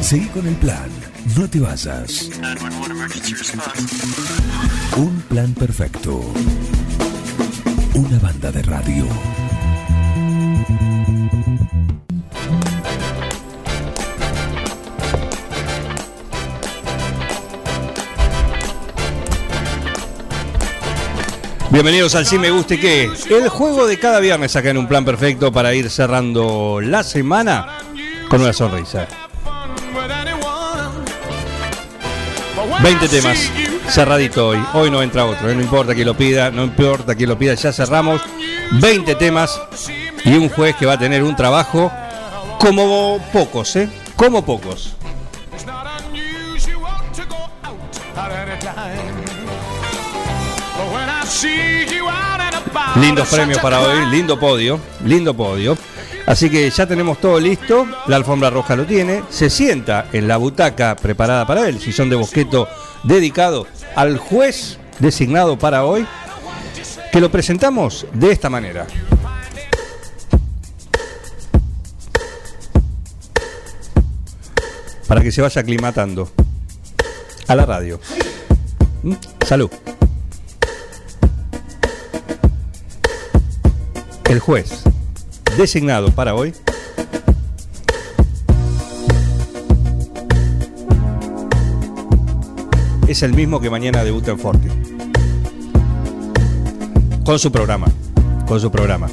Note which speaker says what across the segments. Speaker 1: Seguí con el plan. No te vayas. Un plan perfecto. Una banda de radio.
Speaker 2: Bienvenidos al Sí Me Guste Que, el juego de cada viernes acá en un plan perfecto para ir cerrando la semana con una sonrisa. 20 temas, cerradito hoy. Hoy no entra otro, eh, no importa quién lo pida, no importa quién lo pida, ya cerramos. 20 temas y un juez que va a tener un trabajo como pocos, ¿eh? Como pocos. Lindos premios para hoy, lindo podio, lindo podio. Así que ya tenemos todo listo, la alfombra roja lo tiene, se sienta en la butaca preparada para él, sillón de bosqueto dedicado al juez designado para hoy, que lo presentamos de esta manera. Para que se vaya aclimatando a la radio. ¿Mm? Salud. El juez designado para hoy es el mismo que mañana debuta en Forti. Con su programa, con su programa.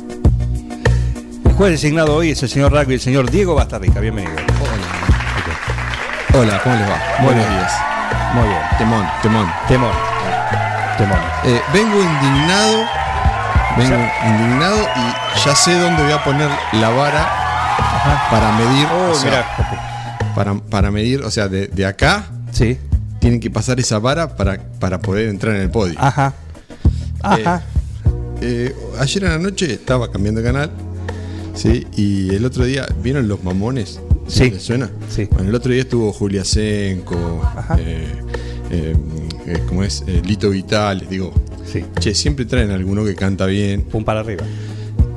Speaker 2: El juez designado hoy es el señor Rugby, el señor Diego Bastarrica. Bienvenido.
Speaker 3: Hola, ¿cómo les va?
Speaker 2: Muy
Speaker 3: Buenos
Speaker 2: bien.
Speaker 3: días.
Speaker 2: Muy bien.
Speaker 3: Temón, temón.
Speaker 2: Temor. Temor.
Speaker 3: Eh, vengo indignado, vengo indignado y ya sé dónde voy a poner la vara para medir,
Speaker 2: Oh,
Speaker 3: o sea,
Speaker 2: mira.
Speaker 3: para, para medir, o sea, de, de acá
Speaker 2: Sí.
Speaker 3: tienen que pasar esa vara para, para poder entrar en el podio.
Speaker 2: Ajá. Ajá.
Speaker 3: Eh, ayer en la noche estaba cambiando de canal, sí, y el otro día vieron los mamones,
Speaker 2: Sí.
Speaker 3: ¿Les suena?
Speaker 2: Sí.
Speaker 3: Bueno, el otro día estuvo Julia Senko,
Speaker 2: Ajá.
Speaker 3: eh, eh, eh, ¿cómo es? Eh, Lito Vitales, digo.
Speaker 2: Sí.
Speaker 3: Che, siempre traen alguno que canta bien.
Speaker 2: Pum para arriba.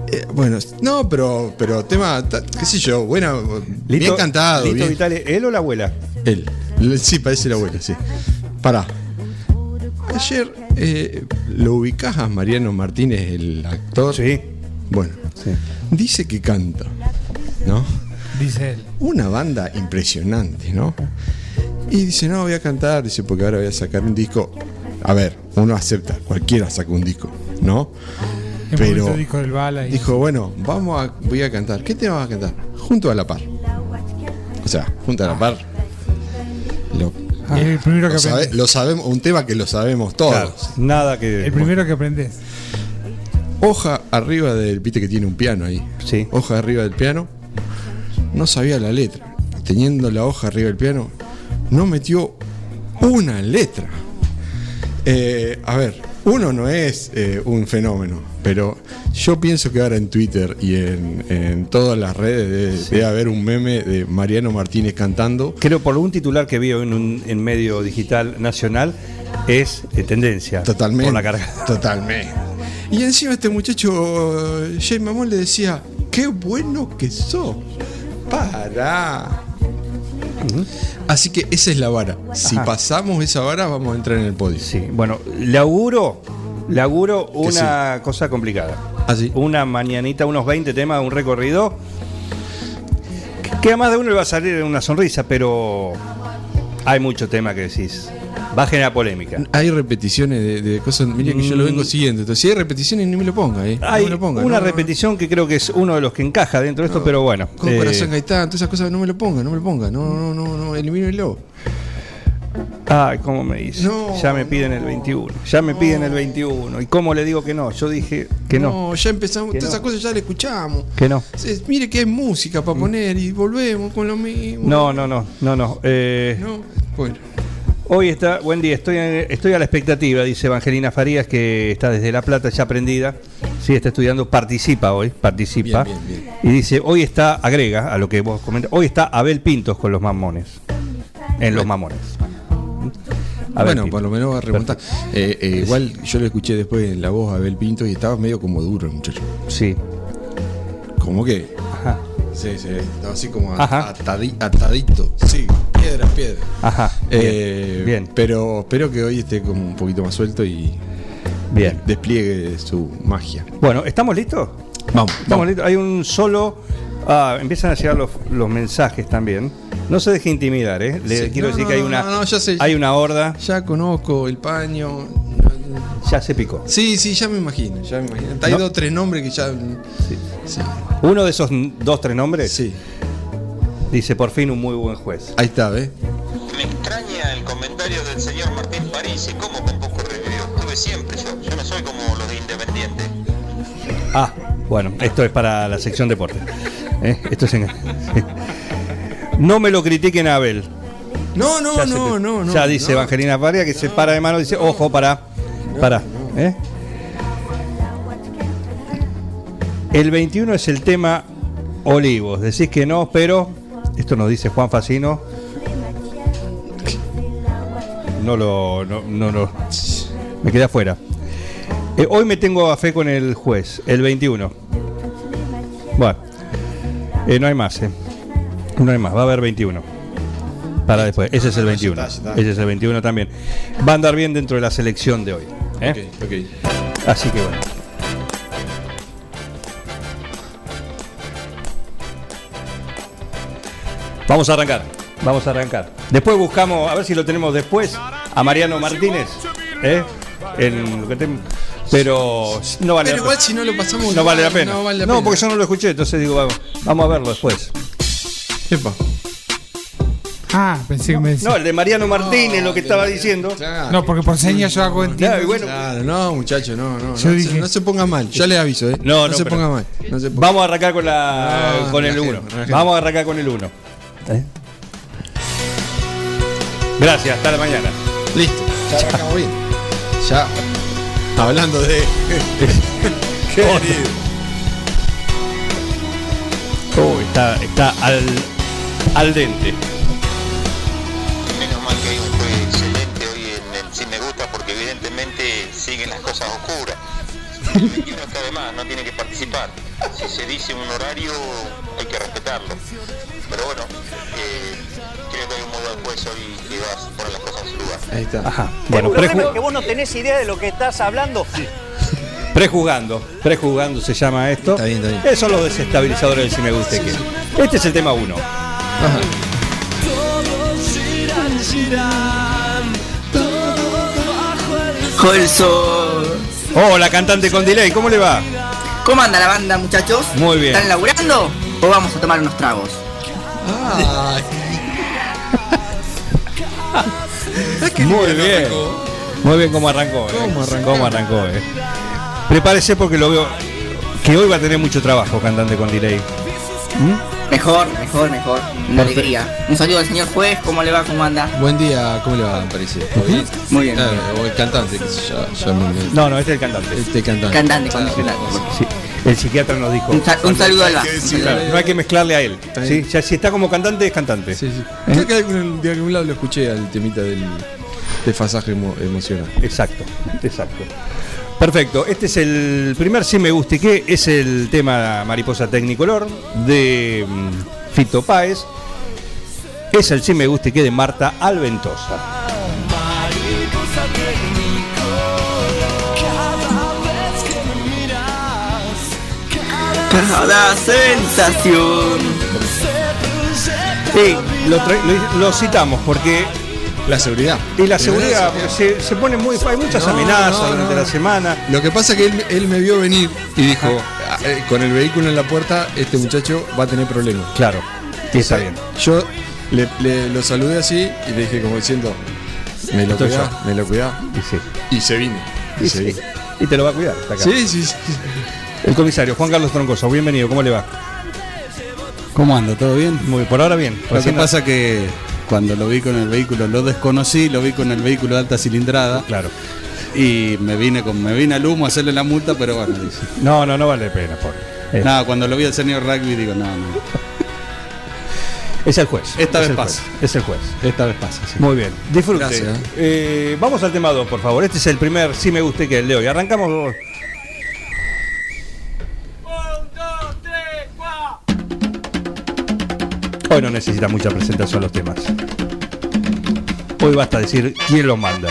Speaker 3: Eh, bueno, no, pero, pero tema, ta- qué sé yo, buena, bien cantado.
Speaker 2: Lito
Speaker 3: bien-
Speaker 2: Vitale, ¿él o la abuela?
Speaker 3: Él. L- Sí, parece la abuela, sí. Pará. Ayer, eh, ¿lo ubicás a Mariano Martínez, el actor?
Speaker 2: Sí.
Speaker 3: Bueno,
Speaker 2: Sí.
Speaker 3: dice que canta, ¿no?
Speaker 4: Dice él.
Speaker 3: Una banda impresionante, ¿no? Y dice, no, voy a cantar, dice, porque ahora voy a sacar un disco. A ver, uno acepta, cualquiera saca un disco, ¿no? Pero-
Speaker 4: Pero. Dijo el bala y.
Speaker 3: Dijo, bueno, vamos a, voy a cantar. ¿Qué tema vas a cantar? Junto a la par. O sea, junto a la par. Lo,
Speaker 4: Ah, el primero
Speaker 3: Eh,
Speaker 4: que
Speaker 3: lo sabe-
Speaker 4: aprendes.
Speaker 3: lo sabemos, un tema que lo sabemos todos.
Speaker 2: Claro, nada que.
Speaker 4: El primero que aprendes.
Speaker 3: Hoja arriba del, viste que tiene un piano ahí.
Speaker 2: Sí.
Speaker 3: Hoja arriba del piano. No sabía la letra. Teniendo la hoja arriba del piano, no metió una letra. Eh, a ver, uno no es eh, un fenómeno, pero yo pienso que ahora en Twitter y en, en todas las redes de- debe haber un meme de Mariano Martínez cantando.
Speaker 2: Creo por un titular que vi hoy en un en medio digital nacional es eh, tendencia.
Speaker 3: Totalmente.
Speaker 2: Por la carga.
Speaker 3: Totalmente. Y encima este muchacho, eh, Jay Mamón, le decía, qué bueno que sos. Pará. Así que esa es la vara. Si
Speaker 2: Ajá.
Speaker 3: pasamos esa vara, vamos a entrar en el podio.
Speaker 2: Sí, bueno, le auguro, le auguro una cosa complicada.
Speaker 3: ¿Ah, sí?
Speaker 2: Una mañanita, unos 20 temas, un recorrido. Que a más de uno le va a salir en una sonrisa, pero hay mucho tema que decís. Va a generar polémica.
Speaker 3: Hay repeticiones de, de cosas. Mira que yo lo vengo siguiendo. Entonces, si hay repeticiones, ni me lo ponga. Eh. No
Speaker 2: Mm. Hay
Speaker 3: me lo ponga,
Speaker 2: una
Speaker 3: no, no, no.
Speaker 2: repetición que creo que es uno de los que encaja dentro de esto, pero bueno.
Speaker 3: Con
Speaker 2: eh,
Speaker 3: corazón gaitán, todas esas cosas, no me lo ponga, no me lo ponga. No, no, no, no, elimínelo.
Speaker 2: Ay, ah, ¿cómo me dice?
Speaker 3: No,
Speaker 2: ya me piden el
Speaker 3: no.
Speaker 2: 21. Ya me piden el 21. ¿Y cómo le digo que no? Yo dije que no.
Speaker 3: ya empezamos,
Speaker 2: Que
Speaker 3: todas
Speaker 2: no.
Speaker 3: esas cosas ya las escuchamos.
Speaker 2: Que no. Mm.
Speaker 3: Se- Mire que hay música para poner y volvemos con lo mismo.
Speaker 2: No, no, no, no, no. Eh,
Speaker 3: No, bueno.
Speaker 2: Hoy está, buen día, estoy, estoy a la expectativa, dice Evangelina Farías, que está desde La Plata ya aprendida. Sí, está estudiando, participa hoy, participa.
Speaker 3: Bien, bien, bien.
Speaker 2: Y dice, hoy está, agrega a lo que vos comentas, hoy está Abel Pintos con los mamones. En los mamones. Abel
Speaker 3: bueno,
Speaker 2: Pintos.
Speaker 3: por lo menos va a remontar. Eh, eh, igual yo lo escuché después en la voz a Abel Pinto y estaba medio como duro el muchacho.
Speaker 2: Sí.
Speaker 3: Como que
Speaker 2: Ajá.
Speaker 3: Sí, sí, estaba así como
Speaker 2: Ajá.
Speaker 3: atadi- atadito. Sí, piedra, piedra.
Speaker 2: Ajá.
Speaker 3: Eh,
Speaker 2: bien, bien.
Speaker 3: Pero espero que hoy esté como un poquito más suelto y
Speaker 2: Bien.
Speaker 3: despliegue su magia.
Speaker 2: Bueno, ¿estamos listos?
Speaker 3: Vamos,
Speaker 2: Estamos listos. Hay un solo. Ah, empiezan a llegar los, los mensajes también. No se deje intimidar, ¿eh? Le
Speaker 3: Sí.
Speaker 2: quiero
Speaker 3: No,
Speaker 2: decir
Speaker 3: no,
Speaker 2: que hay
Speaker 3: no,
Speaker 2: una,
Speaker 3: no, no, ya sé.
Speaker 2: hay una horda.
Speaker 3: Ya conozco el paño.
Speaker 2: Ya se picó.
Speaker 3: Sí, sí, ya me imagino, ya me imagino. Hay
Speaker 2: No.
Speaker 3: dos, tres nombres que ya. Sí.
Speaker 2: Uno de esos n- dos, tres nombres
Speaker 3: Sí.
Speaker 2: dice: por fin un muy buen juez.
Speaker 3: Ahí está, ¿ves?
Speaker 5: Me extraña el comentario del señor Martín París. ¿Cómo con poco revivió? Estuve siempre yo. Yo no soy como los de Independiente.
Speaker 2: Ah, bueno, esto es para la sección deporte. Eh, Esto es en- sí. No me lo critiquen a Abel.
Speaker 3: No, no,
Speaker 2: Ya se
Speaker 3: no,
Speaker 2: te-
Speaker 3: no, no.
Speaker 2: Ya dice
Speaker 3: no.
Speaker 2: Evangelina Faria que se para de mano y dice, ojo, para, para. ¿eh? El 21 es el tema Olivos. Decís que no, pero esto nos dice Juan Facino. No lo, no, no, no. Me quedé afuera. Eh, hoy me tengo a fe con el juez, el 21. Bueno, eh, no hay más, eh. No hay más, va a haber 21. Para después, ese es el 21.
Speaker 3: Ya está, ya está.
Speaker 2: Ese es el 21 también. Va a andar bien dentro de la selección de hoy. ¿eh?
Speaker 3: Ok, ok.
Speaker 2: Así que bueno. Vamos a arrancar, vamos a arrancar. Después buscamos, a ver si lo tenemos después, a Mariano Martínez. ¿eh? En lo que tem- pero no vale la
Speaker 3: Pero
Speaker 2: pena.
Speaker 3: igual si no lo pasamos.
Speaker 2: No vale la pena.
Speaker 3: No,
Speaker 2: No,
Speaker 3: vale la pena.
Speaker 2: porque yo no lo escuché, entonces digo, vamos, vamos a verlo después.
Speaker 3: Epa.
Speaker 4: Ah, pensé que me
Speaker 2: No,
Speaker 4: decía.
Speaker 2: el de Mariano Martínez,
Speaker 3: Ah,
Speaker 2: lo que estaba diciendo.
Speaker 3: Claro. Ah,
Speaker 4: No, porque por señas yo hago entiendo.
Speaker 2: Claro, y bueno,
Speaker 3: Claro, no, muchacho, no, no. No,
Speaker 4: Yo
Speaker 3: se-
Speaker 4: dije-
Speaker 3: no se ponga mal. Ya les aviso, ¿eh?
Speaker 2: No, no,
Speaker 3: se
Speaker 2: pero-
Speaker 3: ponga mal. No se ponga
Speaker 2: Vamos a arrancar con la
Speaker 3: Ah,
Speaker 2: con el
Speaker 3: relajemos,
Speaker 2: 1.
Speaker 3: relajemos.
Speaker 2: Vamos a arrancar con el 1. Gracias, hasta la mañana.
Speaker 3: Listo. Ya arrancamos bien. Ya. Hablando de. Qué lindo.
Speaker 2: Oh, está está al, al dente.
Speaker 5: Menos mal que hay un juez excelente hoy en el Si Me Gusta porque evidentemente siguen las cosas oscuras. El 21 está de más, no tiene que participar. Si se dice un horario, hay que respetarlo. Pero bueno, eh, creo que hay un muy buen juez hoy que va a poner las cosas en su lugar.
Speaker 3: Ahí está.
Speaker 2: Ajá. Bueno,
Speaker 6: El problema es
Speaker 2: preju-
Speaker 6: que vos no tenés idea de lo que estás hablando.
Speaker 2: prejugando. Prejugando se llama esto.
Speaker 3: Está bien, está bien.
Speaker 2: Esos son los desestabilizadores del si me guste que. Este es el tema 1.
Speaker 3: Ajá.
Speaker 7: Colso.
Speaker 2: Oh, la cantante con delay, ¿cómo le va?
Speaker 7: ¿Cómo anda la banda, muchachos?
Speaker 2: Muy bien.
Speaker 7: ¿Están laburando o vamos a tomar unos tragos?
Speaker 3: Ay,
Speaker 2: Muy bien. Muy bien cómo arrancó. eh.
Speaker 3: ¿Cómo arrancó?
Speaker 2: ¿Cómo arrancó, eh. Prepárese porque lo veo que hoy va a tener mucho trabajo cantante con delay.
Speaker 7: Mejor, mejor, mejor. Una alegría. Un saludo al señor juez, ¿cómo le va? ¿Cómo anda?
Speaker 3: Buen día, ¿cómo le va, parece? ¿Todo bien?
Speaker 7: Muy bien.
Speaker 3: Claro, o el cantante, que se llama. ya me olvidé.
Speaker 2: No, no, este es el cantante.
Speaker 3: Este cantante.
Speaker 7: Cantante, cantante.
Speaker 2: Sí, el psiquiatra nos dijo.
Speaker 7: Un, sa- un saludo al va.
Speaker 2: Claro, no hay que mezclarle a él. ¿sí? Ya si está como cantante, es cantante.
Speaker 3: Sí, sí. Creo que algún- de algún lado lo escuché al temita del desfasaje emo- emocional.
Speaker 2: Exacto, exacto. Perfecto, este es el primer sí me gusta y qué es el tema Mariposa Tecnicolor de mm, Fito Páez. Es el sí me gusta y qué de Marta Alventosa.
Speaker 7: Cada sensación.
Speaker 2: Sí, lo, tra- lo- lo citamos porque.
Speaker 3: La seguridad.
Speaker 2: Y la
Speaker 3: Primero
Speaker 2: seguridad, porque se, se pone muy. Hay muchas
Speaker 3: No,
Speaker 2: amenazas
Speaker 3: no,
Speaker 2: durante
Speaker 3: no.
Speaker 2: la semana.
Speaker 3: Lo que pasa es que él, él me vio venir y dijo, "Ah, eh, con el vehículo en la puerta, este muchacho va a tener problemas.
Speaker 2: Claro, y está bien.
Speaker 3: Yo le, le- lo saludé así y le dije como diciendo, me lo
Speaker 2: Estoy
Speaker 3: cuidá, me lo cuidá.
Speaker 2: Y sí.
Speaker 3: Y se vino. Y se vino.
Speaker 2: Y te lo va a cuidar. está acá.
Speaker 3: Sí, sí, sí.
Speaker 2: El comisario Juan Carlos Troncoso, bienvenido, ¿cómo le va?
Speaker 8: ¿Cómo anda? ¿Todo bien?
Speaker 2: Muy, por ahora bien.
Speaker 8: Lo que
Speaker 2: Recién-
Speaker 8: pasa que cuando lo vi con el vehículo, lo desconocí, lo vi con el vehículo de alta cilindrada
Speaker 2: Claro.
Speaker 8: y me vine con me vine al humo a hacerle la multa, pero bueno, dice.
Speaker 2: No, no, no vale la pena, pobre. Eh,
Speaker 8: Nada, cuando lo vi al señor rugby digo, no, no,
Speaker 2: Es el juez.
Speaker 8: Esta
Speaker 2: es
Speaker 8: vez
Speaker 2: el
Speaker 8: pasa.
Speaker 2: juez, Es el juez.
Speaker 8: esta vez pasa, sí.
Speaker 2: Muy bien, disfrute.
Speaker 3: Gracias.
Speaker 2: Eh, vamos al tema 2, por favor. Este es el primer sí me guste que es el de hoy. Arrancamos. Hoy no necesita mucha presentación los temas. Hoy basta decir quién los manda.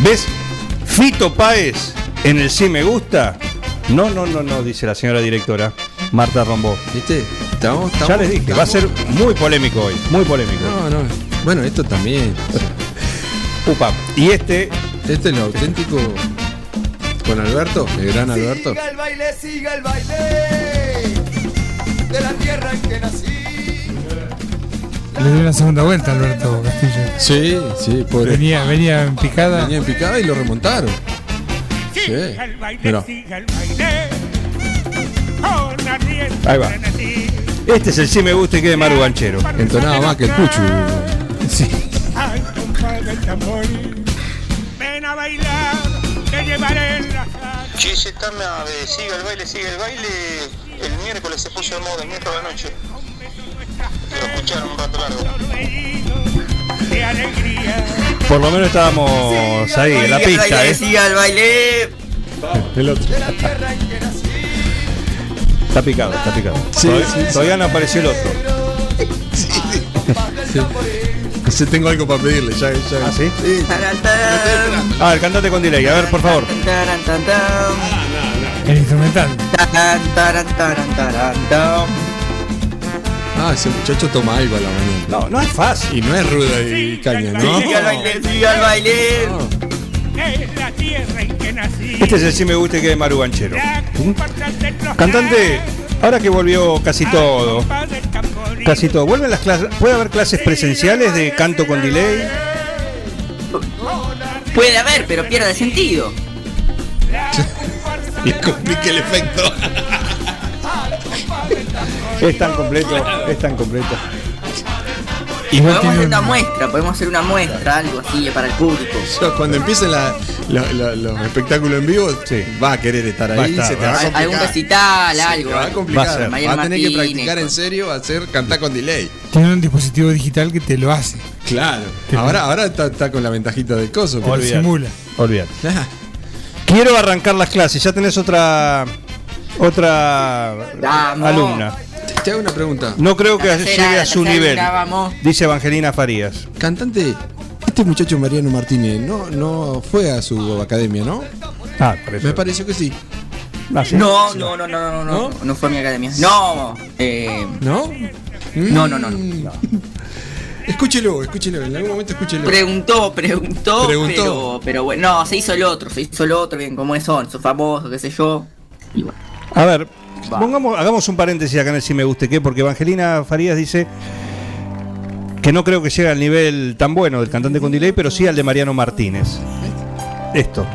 Speaker 2: ¿Ves? Fito Páez en el sí me gusta. No, no, no, no, dice la señora directora Marta Rombó.
Speaker 3: ¿Viste? Estamos-
Speaker 2: Ya
Speaker 3: estamos-
Speaker 2: les dije, va a ser
Speaker 3: estamos-
Speaker 2: muy polémico hoy, muy polémico.
Speaker 3: No, no. Bueno, esto también.
Speaker 2: Upa. Y este
Speaker 3: Este es lo auténtico. Con Alberto, el gran Alberto.
Speaker 9: el baile, siga el baile de la tierra en que nací.
Speaker 4: Le dio una segunda vuelta a Alberto Castillo.
Speaker 3: Sí, sí, pobre.
Speaker 4: Venía, venía en picada.
Speaker 3: Venía en picada y lo remontaron. Sí. Mirá.
Speaker 2: Ahí va. Este es el sí me gusta y que de Maru Ganchero.
Speaker 3: Entonaba más que el Puchu.
Speaker 4: Sí.
Speaker 9: Ay, compadre el tambor, ven a bailar, te llevaré en la cara.
Speaker 5: Che, ese tema de siga el baile, siga el baile, el miércoles se puso de moda, el miércoles a la noche. Lo escucharon un rato largo.
Speaker 9: de alegría.
Speaker 2: Por lo menos estábamos ahí, en la
Speaker 7: Siga el
Speaker 2: pista,
Speaker 7: baile,
Speaker 2: ¿eh?
Speaker 7: Siga el baile.
Speaker 3: El otro.
Speaker 2: Está picado, está picado. todavía, todavía no apareció el otro.
Speaker 3: Sí, tengo algo para pedirle, ya, ya.
Speaker 2: ¿Ah, sí?
Speaker 7: Taran, taran,
Speaker 2: Ah, el cantante con delay. A ver, por favor.
Speaker 7: taran, taran,
Speaker 2: Ah,
Speaker 7: taran,
Speaker 4: El instrumental.
Speaker 7: taran, taran, taran, taran, taran.
Speaker 3: Ah, ese muchacho toma algo a la mañana.
Speaker 2: No, no es fácil.
Speaker 3: Y no es ruda y caña, ¿no?
Speaker 7: Siga el baile, siga el baile.
Speaker 9: Es la tierra en que nací.
Speaker 2: Este es el sí me gusta y que de Maru Ganchero.
Speaker 9: La compadre del tambor,
Speaker 2: Cantante, ahora que volvió casi
Speaker 9: ay,
Speaker 2: todo,
Speaker 9: compadre el tambor,
Speaker 2: casi todo. ¿Vuelven las clases? ¿Puede haber clases presenciales de canto con delay?
Speaker 7: Puede haber, pero pierde sentido.
Speaker 3: Y complica el efecto.
Speaker 2: Es tan completo, es tan completo.
Speaker 4: Igual
Speaker 7: Podemos
Speaker 4: tiene
Speaker 7: hacer
Speaker 4: un-
Speaker 7: una muestra, podemos hacer una muestra, algo así para el público.
Speaker 3: Yo, cuando empiecen la- la- la- los espectáculos en vivo,
Speaker 2: Sí.
Speaker 3: va a querer estar ahí.
Speaker 2: Va a estar,
Speaker 3: se te
Speaker 2: va a
Speaker 3: va a
Speaker 7: Al-
Speaker 3: complicar.
Speaker 7: Algún recital, algo.
Speaker 3: Te va a
Speaker 2: Va a
Speaker 3: complicar.
Speaker 2: ser.
Speaker 3: Va a,
Speaker 7: Mayer
Speaker 3: tener que
Speaker 7: Martínez,
Speaker 3: practicar en
Speaker 7: con-
Speaker 3: serio, hacer cantar con delay.
Speaker 4: Tiene un dispositivo digital que te lo hace.
Speaker 3: Claro. Ahora, ahora está, está con la ventajita del coso. pero-
Speaker 4: Olvidate. simula.
Speaker 2: Olvídate. Quiero arrancar las clases. Ya tenés otra otra
Speaker 7: Vamos.
Speaker 2: alumna.
Speaker 3: Te hago una pregunta.
Speaker 2: No creo que
Speaker 7: La tercera,
Speaker 2: llegue a
Speaker 7: la
Speaker 2: su
Speaker 7: tercera,
Speaker 2: nivel.
Speaker 7: vamos.
Speaker 2: Dice Evangelina Farías.
Speaker 3: Cantante, este muchacho Mariano Martínez no, no fue a su academia, ¿no?
Speaker 2: Ah, pero
Speaker 3: Me pareció que sí.
Speaker 7: No, no, no, no, no, no, no fue a mi academia. No, eh,
Speaker 3: ¿No? Mm.
Speaker 7: no, no, no. no.
Speaker 3: Escúchelo, escúchelo, en algún momento escúchelo.
Speaker 7: Preguntó, preguntó,
Speaker 3: Preguntó.
Speaker 7: pero, pero bueno, no, se hizo el otro, se hizo el otro, bien, como es son, son famosos, qué sé yo. Y bueno,
Speaker 2: A ver, pongamos, hagamos un paréntesis acá en el si me guste qué, porque Evangelina Farías dice que no creo que llegue al nivel tan bueno del cantante con delay, pero sí al de Mariano Martínez. Esto.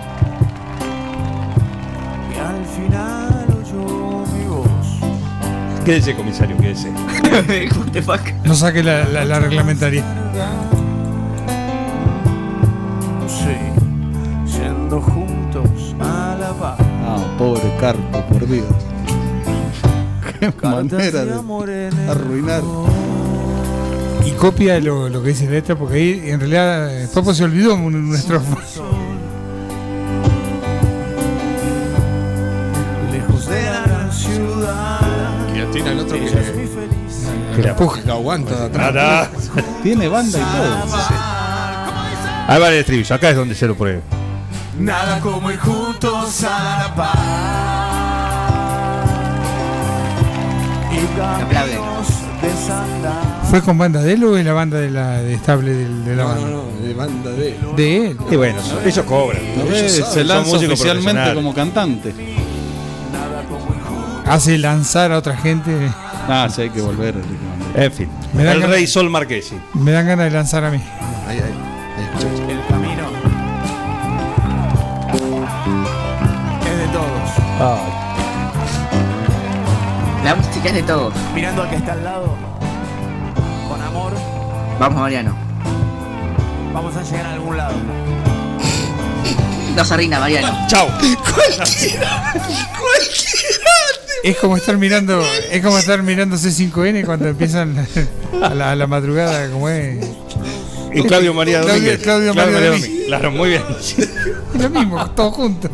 Speaker 9: Y al final oyó mi voz.
Speaker 2: Quédese, comisario, quédese.
Speaker 7: what the fuck.
Speaker 4: No saque la, la, la reglamentaria.
Speaker 9: Sí, yendo juntos a la paz.
Speaker 8: Ah, pobre Carpo, por Dios. Qué manera
Speaker 9: Cartas de
Speaker 8: de
Speaker 9: amor en el
Speaker 8: arruinar.
Speaker 4: Y copia lo, lo que dice la letra, porque ahí en realidad eh, Papo se olvidó un, un estrofa.
Speaker 9: lejos de la gran ciudad.
Speaker 3: Y atira el otro que,
Speaker 9: Mi feliz
Speaker 2: Que la puja.
Speaker 3: que lo aguanta atrás.
Speaker 8: Tiene banda y todo.
Speaker 2: Ahí va el estribillo, acá es donde se lo pruebe.
Speaker 9: Nada como ir juntos a la paz. Y caminos desandar.
Speaker 4: ¿Fue con banda de él o es la banda de la de estable del- de la
Speaker 3: No,
Speaker 4: banda?
Speaker 3: no, no, de banda de.
Speaker 4: De él.
Speaker 2: Y bueno, ellos cobran.
Speaker 3: Ellos saben,
Speaker 8: se lanza
Speaker 2: son músicos
Speaker 8: oficialmente
Speaker 2: profesionales.
Speaker 8: como cantante.
Speaker 4: Hace lanzar a otra gente.
Speaker 8: Ah, sí, hay que volver.
Speaker 2: En fin.
Speaker 4: Me da
Speaker 2: el
Speaker 4: ganas-
Speaker 2: rey Sol Marquesi.
Speaker 4: Me dan ganas de lanzar a mí.
Speaker 3: Ahí, ahí, ahí, escucha.
Speaker 9: El camino es de todos.
Speaker 7: La música es de todos.
Speaker 9: Mirando al que está al lado, con amor,
Speaker 7: Vamos, Mariano.
Speaker 9: vamos a llegar a algún lado.
Speaker 7: No se rinda, Mariano.
Speaker 2: Chau.
Speaker 4: Es como estar mirando, es como estar mirando C5N cuando empiezan a la, a la madrugada, como es.
Speaker 2: Y Claudio María
Speaker 4: Claudio-
Speaker 2: Domínguez.
Speaker 4: Claudio María Domínguez.
Speaker 2: Claro, muy bien.
Speaker 4: Es lo mismo, todo junto.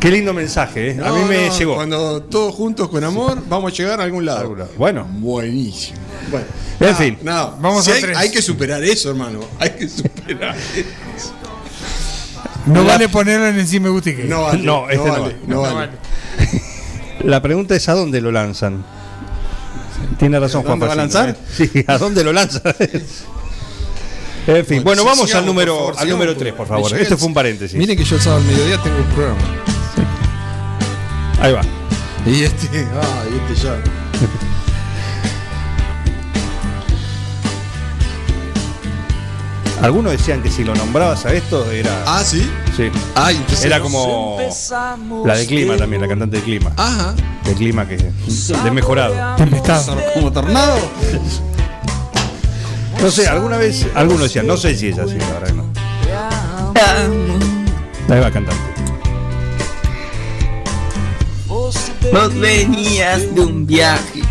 Speaker 2: Qué lindo mensaje, ¿eh? A mí
Speaker 3: No,
Speaker 2: me
Speaker 3: no,
Speaker 2: llegó.
Speaker 3: Cuando todos juntos con amor, vamos a llegar a algún lado.
Speaker 2: Bueno,
Speaker 3: Buenísimo. Bueno,
Speaker 2: en fin.
Speaker 3: no,
Speaker 4: Vamos
Speaker 3: si
Speaker 4: a
Speaker 3: hay,
Speaker 4: tres.
Speaker 3: hay que superar eso, hermano. Hay que superar eso.
Speaker 4: No vale ponerlo en el sí me gusta y que.
Speaker 3: No vale.
Speaker 2: No, este no
Speaker 3: vale,
Speaker 2: vale.
Speaker 3: no vale.
Speaker 2: La pregunta es: ¿a dónde lo lanzan? Tiene razón,
Speaker 8: ¿A
Speaker 2: Juan
Speaker 8: dónde va a
Speaker 2: Facino,
Speaker 8: lanzar?
Speaker 2: ¿eh? Sí, ¿a dónde lo lanzan? en fin, bueno,
Speaker 3: Bueno,
Speaker 2: vamos
Speaker 3: sigamos,
Speaker 2: al número
Speaker 3: por favor,
Speaker 2: al
Speaker 3: sigamos,
Speaker 2: número
Speaker 3: porque
Speaker 2: 3, por
Speaker 3: me
Speaker 2: favor.
Speaker 3: llegué
Speaker 2: Este
Speaker 3: el-
Speaker 2: fue un paréntesis.
Speaker 3: Miren que yo el sábado al mediodía tengo un programa.
Speaker 2: Ahí va.
Speaker 3: Y este, ah, y este ya.
Speaker 2: Algunos decían que si lo nombrabas a esto era.
Speaker 3: Ah, sí.
Speaker 2: sí.
Speaker 3: Ah, entonces.
Speaker 2: Era como la de clima también, la cantante de clima.
Speaker 3: Ajá.
Speaker 2: De clima que desmejorado.
Speaker 4: Tempestad.
Speaker 8: Como tornado.
Speaker 2: No sé, alguna vez, algunos decían, no sé si es así, la verdad que no. Ahí va cantante.
Speaker 7: Vos venías de un viaje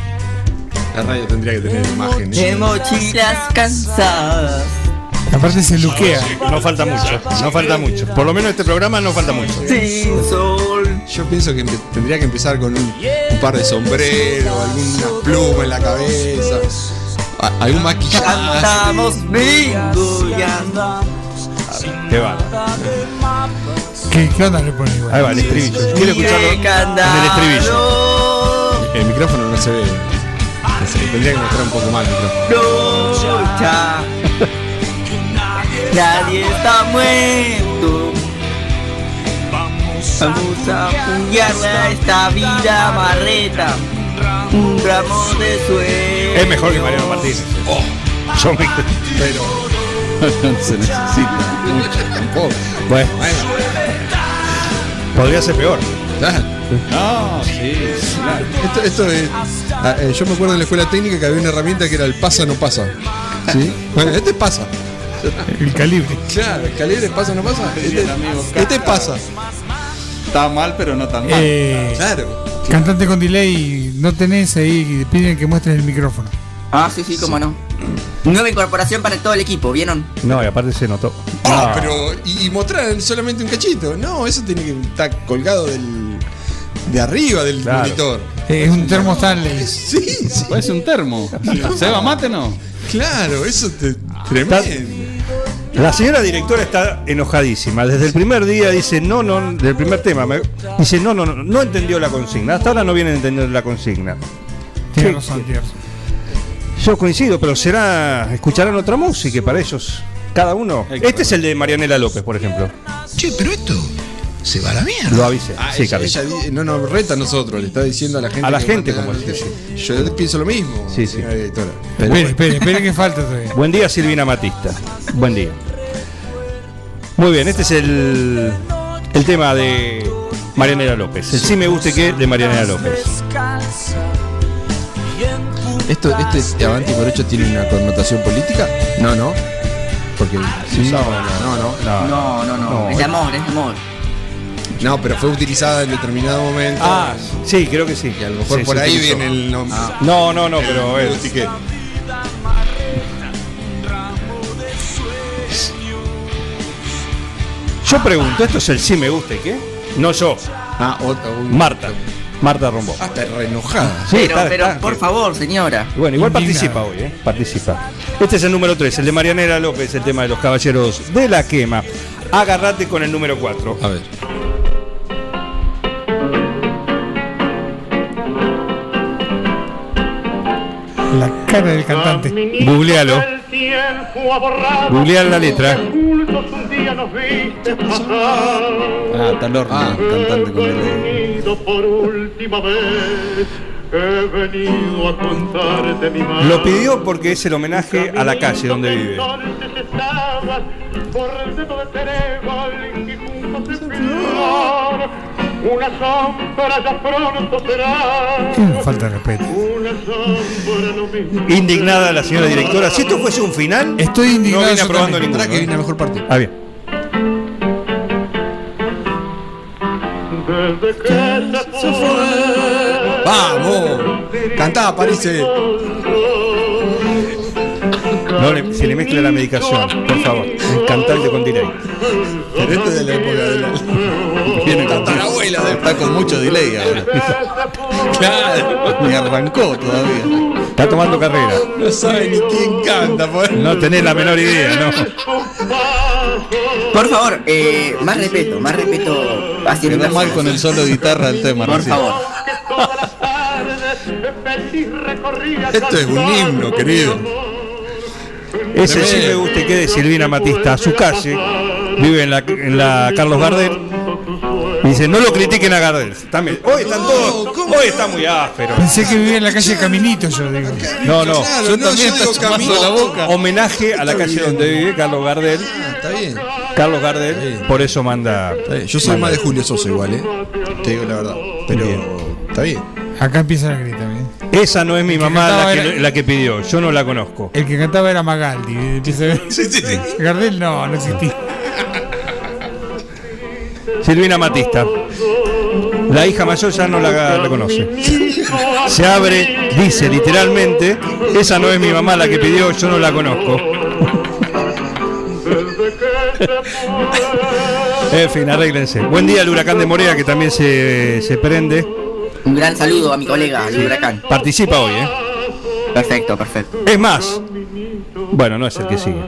Speaker 3: La radio tendría que tener imágenes.
Speaker 7: de mochilas cansadas.
Speaker 4: Aparte se luquea.
Speaker 2: No falta mucho, no falta mucho. Por lo menos este programa no falta mucho.
Speaker 7: Sin sol.
Speaker 3: Yo pienso que empe- tendría que empezar con un, un par de sombreros, alguna pluma en la cabeza, a- algún maquillaje.
Speaker 7: Cantamos bingo y andamos.
Speaker 2: Qué va.
Speaker 4: ¿Qué, qué onda le pone igual?
Speaker 2: Ahí va, el estribillo. Quiero escucharlo
Speaker 7: Y de
Speaker 2: en el estribillo.
Speaker 7: candado,
Speaker 3: El micrófono no se ve. No se ve, tendría que mostrar un poco más el micrófono.
Speaker 7: lucha. Nadie está muerto. Vamos a a esta vida barreta. Un ramo de sueño.
Speaker 2: Es mejor que Mariano Martínez. Oh, yo me-
Speaker 3: Pero,
Speaker 8: Se necesita.
Speaker 3: mucho, tampoco.
Speaker 2: Bueno, podría ser peor.
Speaker 3: Ah,
Speaker 8: No, sí. claro.
Speaker 3: Esto, esto es- ah, eh, yo me acuerdo en la escuela técnica que había una herramienta que era el pasa no pasa. ¿Sí? Bueno, este pasa.
Speaker 4: El calibre.
Speaker 3: Claro, el calibre pasa no pasa. Este,
Speaker 8: el amigo
Speaker 3: este
Speaker 8: Cáscara.
Speaker 3: pasa.
Speaker 8: Está mal, pero no
Speaker 3: Ah,
Speaker 8: tan mal.
Speaker 4: Eh,
Speaker 3: Claro.
Speaker 4: cantante con delay, no tenés ahí, piden que muestres el micrófono.
Speaker 7: Ah, sí, sí, cómo no. Nueva incorporación para todo el equipo, ¿vieron?
Speaker 2: No, y aparte se notó.
Speaker 3: Ah, pero. Y, y mostrar solamente un cachito. No, eso tiene que estar colgado del. de arriba del
Speaker 2: Claro.
Speaker 3: monitor.
Speaker 4: Eh, es un termo Stanley.
Speaker 3: Sí, sí,
Speaker 8: Parece un termo. Seba, mate no.
Speaker 3: claro, eso te,
Speaker 2: Ah.
Speaker 3: tremendo.
Speaker 2: La señora directora está enojadísima. Desde el primer día dice, no, no, del primer tema, me- dice, no, no, no, no entendió la consigna. Hasta ahora no vienen entendiendo la consigna.
Speaker 4: Tiene
Speaker 2: Sí.
Speaker 4: razón, tiene razón.
Speaker 2: Yo coincido, pero será, escucharán otra música para ellos. Cada uno. Este es el de Marianela López, por ejemplo.
Speaker 10: Che, pero esto se va a la mierda.
Speaker 2: Lo avisé.
Speaker 3: Ah,
Speaker 2: sí,
Speaker 3: ella-
Speaker 2: Carlitos.
Speaker 3: ella di- no nos reta a nosotros, le está diciendo a la gente.
Speaker 2: A la
Speaker 3: que
Speaker 2: gente,
Speaker 3: cuando-
Speaker 2: como dice.
Speaker 3: Yo pienso lo mismo,
Speaker 2: Sí,
Speaker 3: señora
Speaker 2: sí.
Speaker 3: directora.
Speaker 4: Espere, espere, espere que falta todavía.
Speaker 2: Buen día, Silvina Matista. Buen día. Muy bien, este es el, el tema de Marianela López. El sí me guste que de Marianela López.
Speaker 3: ¿Esto, ¿Este Avanti Morocho tiene una connotación política? No, no. Porque. no, no, no, no.
Speaker 7: No, no, no.
Speaker 2: Ah. No.
Speaker 7: es de amor, es de amor.
Speaker 3: pero fue utilizada en determinado momento.
Speaker 2: Ah, sí, creo que sí.
Speaker 3: y a lo mejor
Speaker 2: Sí,
Speaker 3: por
Speaker 2: se
Speaker 3: ahí
Speaker 2: utilizó.
Speaker 3: viene el nombre.
Speaker 8: Ah.
Speaker 2: No, no, no, pero es.
Speaker 3: Así que-
Speaker 2: Yo pregunto, ¿esto es el sí me guste qué? No yo,
Speaker 3: Ah, otra. un-
Speaker 2: Marta. Marta Rombó.
Speaker 3: Ah, está re enojada.
Speaker 2: Sí,
Speaker 7: Pero,
Speaker 2: está-
Speaker 7: pero,
Speaker 2: está-
Speaker 7: por favor, señora.
Speaker 2: Bueno, igual
Speaker 4: Indignada.
Speaker 2: participa hoy, ¿eh? Participa. Este es el número 3, el de Marianela López, el tema de los caballeros de la quema. Agarrate con el número 4.
Speaker 3: A ver.
Speaker 4: La cara del cantante.
Speaker 2: Googlealo. Googlear la letra.
Speaker 8: Ah, está el horno.
Speaker 3: Ah.
Speaker 8: el cantante con el
Speaker 2: Lo pidió porque es el homenaje a la calle donde vive.
Speaker 4: Es una falta de respeto.
Speaker 2: Indignada la señora directora. Si esto fuese un final,
Speaker 4: Estoy indignado
Speaker 2: no viene
Speaker 4: yo
Speaker 2: aprobando
Speaker 4: también.
Speaker 2: ninguno.
Speaker 3: Tendrá que viene
Speaker 2: ¿eh?
Speaker 3: la mejor parte.
Speaker 2: Ah, bien.
Speaker 8: eh.
Speaker 3: ¡Vamos! Cantá, parece.
Speaker 2: No le- se le mezcla la medicación, por favor. Cantante con delay.
Speaker 8: Pero este es de la época de la. Viene con tatarabuela. Está con mucho delay ahora. claro. Ni arrancó todavía.
Speaker 2: Está tomando carrera.
Speaker 8: No sabe ni quién canta, pues. por
Speaker 2: No tenés la menor idea, ¿no?
Speaker 7: Por favor, eh, más respeto, más respeto hacia
Speaker 8: Quedó mal con el solo de guitarra del tema.
Speaker 7: Por
Speaker 8: recién.
Speaker 7: favor.
Speaker 3: Esto es un himno, querido.
Speaker 2: Ese sí me gusta y que de Silvina Matista, a su calle. Vive en la, en la Carlos Gardel. Y Dice, no lo critiquen a Gardel. También. Hoy están todos. Hoy está muy áspero.
Speaker 4: Pensé que vivía en la calle Caminito, yo digo.
Speaker 2: No, no.
Speaker 3: Claro, no, yo digo camino.
Speaker 8: Ah,
Speaker 2: Homenaje a la calle donde vive Carlos Gardel.
Speaker 3: Está bien.
Speaker 2: Carlos Gardel, por eso manda.
Speaker 3: Está bien. Yo soy más de Julio Sosa igual, eh. Te digo la verdad. Pero está bien.
Speaker 4: Acá empiezan a gritar. ¿eh?
Speaker 2: Esa no es mi mamá
Speaker 4: cantaba
Speaker 2: la que,
Speaker 4: era-
Speaker 2: la que pidió. Yo no la conozco.
Speaker 4: El que cantaba era Magaldi. ¿eh? Empieza a ver. Gardel no, no existía.
Speaker 2: Silvina Matista. La hija mayor ya no la, la conoce. Se abre, dice literalmente, esa no es mi mamá la que pidió, yo no la conozco. En fin, arréglense. Buen día al huracán de Morea que también se, se prende.
Speaker 7: Un gran saludo a mi colega, al huracán.
Speaker 2: Participa hoy, ¿eh?
Speaker 7: Perfecto, perfecto.
Speaker 2: Es más. Bueno, no es el que sigue.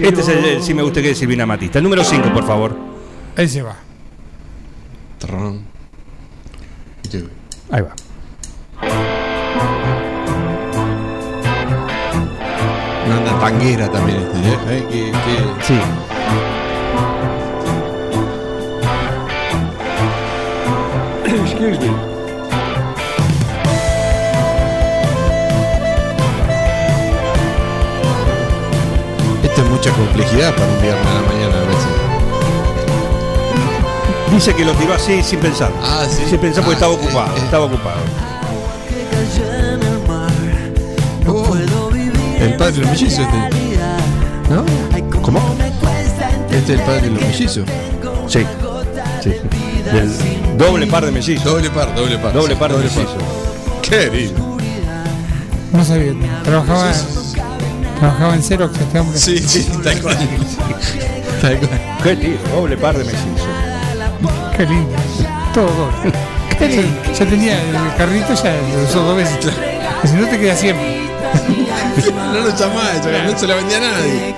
Speaker 2: Este es el, el sí me gusta que es Silvina Matista. El número 5, por favor.
Speaker 4: Ahí se va.
Speaker 3: Tarrón.
Speaker 2: Ahí va.
Speaker 3: Una onda tanguera también este, ¿eh? ¿Eh? ¿Qué, qué?
Speaker 2: Sí.
Speaker 3: Esto es mucha complejidad para un viernes a la mañana a veces.
Speaker 2: Dice que lo tiró así sin pensar.
Speaker 3: Ah, sí.
Speaker 2: Sin pensar porque
Speaker 3: Ah,
Speaker 2: estaba
Speaker 3: eh,
Speaker 2: ocupado.
Speaker 3: eh.
Speaker 2: Estaba ocupado.
Speaker 3: El padre de los mellizos este. ¿No? ¿Cómo? Este es el padre de los mellizos.
Speaker 2: Sí. sí. Del doble par de mellizos.
Speaker 3: Doble par, doble par.
Speaker 2: Doble
Speaker 3: Sí,
Speaker 2: par de mellizos.
Speaker 3: Querido.
Speaker 4: No sabía. Trabajaba, trabajaba en cero que este hombre.
Speaker 3: Sí, sí, tal cual. Tal cual.
Speaker 2: Qué tío, doble par de mellizos.
Speaker 4: Qué lindo. Todo doble. Ya, ya tenía el carrito, ya lo usó dos veces. Y Si no te queda siempre.
Speaker 3: No lo llamaba, ella, no se la vendía a nadie.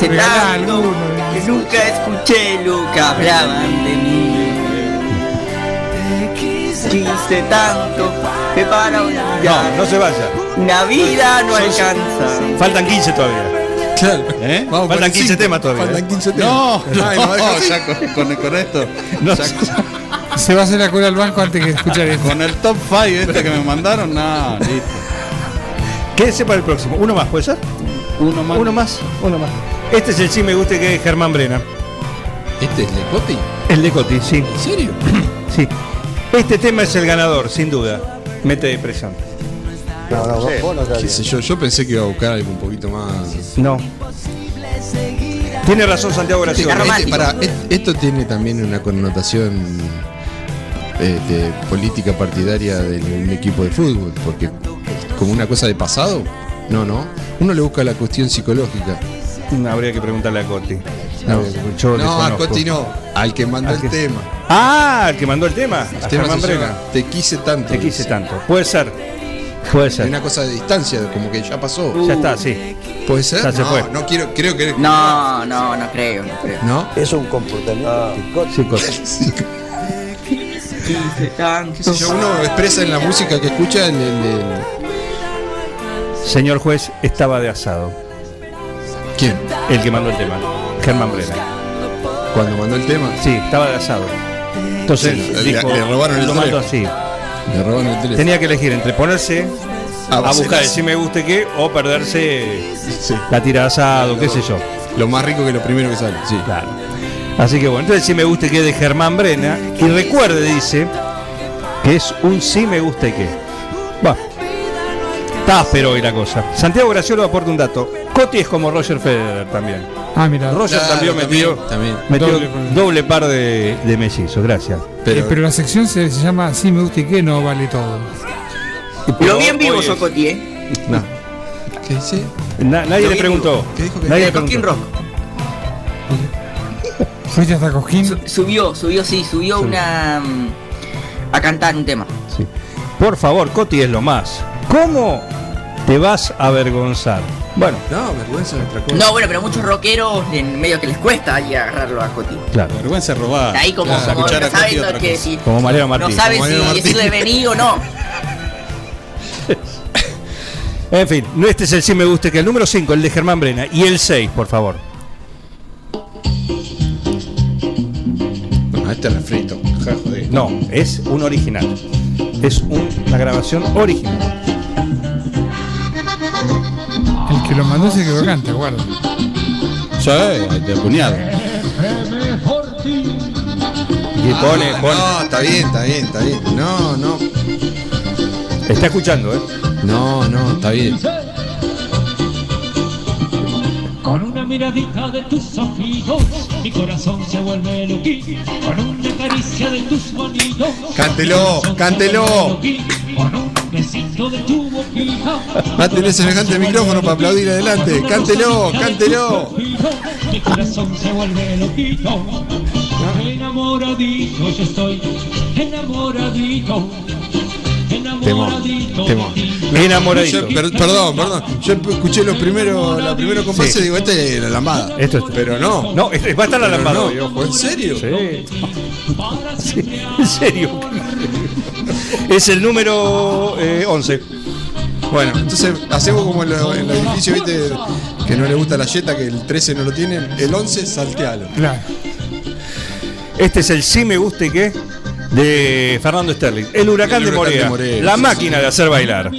Speaker 7: Se
Speaker 4: Regalá
Speaker 7: tanto
Speaker 4: alguno, ¿eh?
Speaker 7: que nunca escuché lo que hablaban de mí. Quise tanto que para
Speaker 2: No,
Speaker 7: olvidar
Speaker 2: no se vaya.
Speaker 7: una vida no alcanza.
Speaker 2: Faltan 15 todavía.
Speaker 3: Claro.
Speaker 8: ¿Eh?
Speaker 2: Faltan
Speaker 3: Vamos por el
Speaker 2: 15
Speaker 3: cinco.
Speaker 2: temas todavía,
Speaker 3: Faltan
Speaker 2: ¿eh?
Speaker 3: 15 temas.
Speaker 8: No, no,
Speaker 3: Ay, no, deja así.
Speaker 8: ya con, con- con esto.
Speaker 2: No
Speaker 8: ya
Speaker 2: se-
Speaker 4: Se va a hacer la cola al banco antes que escuchar esto.
Speaker 8: con el top 5 este que me mandaron, no, listo.
Speaker 2: Quédese para el próximo. Uno más, ¿puede ser?
Speaker 8: Uno más.
Speaker 2: Uno más, uno más. Este es el sí me gusta que es Germán Brena.
Speaker 3: ¿Este es Lecoti?
Speaker 2: El de Coti, sí.
Speaker 3: ¿En serio?
Speaker 2: Sí. Este tema es el ganador, sin duda. Mete depresión.
Speaker 3: Qué sé yo, yo pensé que iba a buscar algo un poquito más.
Speaker 2: No. Tiene razón Santiago
Speaker 3: Este-
Speaker 2: Graciela.
Speaker 3: este- pará, est- esto tiene también una connotación este, política partidaria de un equipo de fútbol, porque como una cosa de pasado, no, no. Uno le busca la cuestión
Speaker 2: No,
Speaker 3: psicológica.
Speaker 2: Este, mm, habría que preguntarle a Coti. Eh,
Speaker 3: No,
Speaker 2: yo
Speaker 3: no
Speaker 2: desconozco.
Speaker 3: a Coti no, al que mandó
Speaker 2: Al que-
Speaker 3: el tema.
Speaker 2: Ah, el que mandó el tema.
Speaker 3: El
Speaker 2: A
Speaker 3: tema
Speaker 2: Germán
Speaker 3: se llama
Speaker 2: Brena.
Speaker 3: Te quise tanto.
Speaker 2: Te quise
Speaker 3: dice.
Speaker 2: tanto. Puede ser. Puede
Speaker 3: Hay
Speaker 2: ser.
Speaker 3: una cosa de distancia, como que ya pasó.
Speaker 2: Ya está, sí.
Speaker 3: ¿Puede ser?
Speaker 2: ya se
Speaker 3: no,
Speaker 2: fue.
Speaker 3: no quiero, creo que.
Speaker 7: No, no, no creo, no creo.
Speaker 3: ¿No?
Speaker 6: Es un comportamiento
Speaker 2: Ah, Sí, Coti.
Speaker 7: Quise
Speaker 3: Qué
Speaker 7: tanto.
Speaker 3: sé yo, uno expresa en la música que escucha el- el- el-
Speaker 2: Señor juez, estaba de asado.
Speaker 3: ¿Quién?
Speaker 2: El que mandó el tema. Germán Brena.
Speaker 3: Cuando mandó el tema.
Speaker 2: Sí, estaba de asado. Entonces
Speaker 3: Sí, le-
Speaker 2: dijo,
Speaker 3: le robaron el
Speaker 2: lo mando
Speaker 3: teléfono.
Speaker 2: así.
Speaker 3: Le robaron el teléfono. Ah,
Speaker 2: Tenía que elegir entre ponerse a buscar el si me guste qué o perderse
Speaker 3: Sí.
Speaker 2: la tira de asado, qué sé yo.
Speaker 3: Lo más rico que lo primero que sale. Sí.
Speaker 2: Claro. Así que bueno, entonces sí me gusta que es de Germán Brena. Y recuerde, dice, que es un sí me gusta que. Va. Está áspero hoy la cosa. Santiago Graciolo aporta un dato. Coti es como Roger Federer también.
Speaker 4: Ah, mira. Eh,
Speaker 2: Roger
Speaker 3: Claro,
Speaker 2: también metió,
Speaker 3: también, también.
Speaker 2: metió
Speaker 4: Doble
Speaker 2: doble,
Speaker 4: par.
Speaker 2: par de, de mellizos, gracias.
Speaker 4: Pero,
Speaker 3: Pero,
Speaker 4: la sección se, se llama Sí me gusta y qué no vale todo.
Speaker 7: Lo bien vivo,
Speaker 2: Oye,
Speaker 7: Socoti, eh.
Speaker 3: no. ¿Qué dice?
Speaker 2: Na- nadie le preguntó. Nadie le
Speaker 7: Coquín
Speaker 2: preguntó.
Speaker 7: Rock.
Speaker 4: ¿Fuiste hasta Coquín?
Speaker 7: Su- subió, subió, sí, subió una. mm, a cantar un tema.
Speaker 2: Sí. Por favor, Coti es lo más. ¿Cómo te vas a avergonzar? Bueno,
Speaker 3: No, vergüenza de otra cosa.
Speaker 7: No, bueno, pero muchos rockeros en medio que les cuesta ahí agarrarlo a Coti.
Speaker 2: claro.
Speaker 8: Vergüenza robada.
Speaker 7: Ahí como,
Speaker 8: Claro,
Speaker 7: como
Speaker 8: escuchar
Speaker 7: no
Speaker 8: a Coti
Speaker 7: saben
Speaker 8: otra
Speaker 7: lo que
Speaker 8: cosa.
Speaker 7: si.
Speaker 2: Como Mariano
Speaker 7: No
Speaker 2: Martín.
Speaker 7: saben
Speaker 8: Como
Speaker 7: si
Speaker 8: Mariano Martín.
Speaker 7: decirle vení o no.
Speaker 2: En fin, no este es el sí me gusta que el número 5, el de Germán Brena. Y el 6, por favor.
Speaker 3: Bueno, este refrito. Ja, joder.
Speaker 2: No, es un original. Es un- una grabación original.
Speaker 4: El que lo mandó es el que lo canta, guarda.
Speaker 2: eh,
Speaker 8: Sí, de cuñado.
Speaker 2: Y pone,
Speaker 3: Ah,
Speaker 2: pone.
Speaker 3: No, está bien, está bien, está bien. No, no.
Speaker 2: Está escuchando, ¿eh?
Speaker 3: No, no, está bien.
Speaker 11: Con una miradita de tus ojos, mi corazón se vuelve loquí. Con una caricia de tus manitos.
Speaker 3: Cántelo,
Speaker 11: mi corazón se
Speaker 3: cántelo.
Speaker 11: vuelve loquí. Con un besito de tu boquita.
Speaker 3: Va a tener semejante micrófono para aplaudir adelante. Cántelo, cántelo.
Speaker 11: Mi corazón se vuelve loquito. Enamoradito, yo estoy enamoradito. Enamoradito.
Speaker 8: temón.
Speaker 2: Enamoradito.
Speaker 3: Yo, per- perdón, perdón. Yo escuché los primeros, la primera comparsa y digo, esta es la lambada.
Speaker 2: Esto es-
Speaker 3: Pero no.
Speaker 2: No, es- va a estar la
Speaker 3: Pero
Speaker 2: lámpara.
Speaker 3: no,
Speaker 2: hoy, ojo.
Speaker 3: ¿En serio?
Speaker 2: Sí. En serio. Es el número eh, 11.
Speaker 3: Bueno, entonces hacemos como en lo- en los edificios, viste, que no le gusta la yeta, que el 13 no lo tienen. El 11, saltealo.
Speaker 4: Claro.
Speaker 2: Este es el sí me gusta y qué de Fernando Sterling. El huracán,
Speaker 3: El
Speaker 2: de,
Speaker 3: huracán
Speaker 2: Morea,
Speaker 3: de Morea,
Speaker 2: La
Speaker 3: sí,
Speaker 2: máquina de hacer bailar.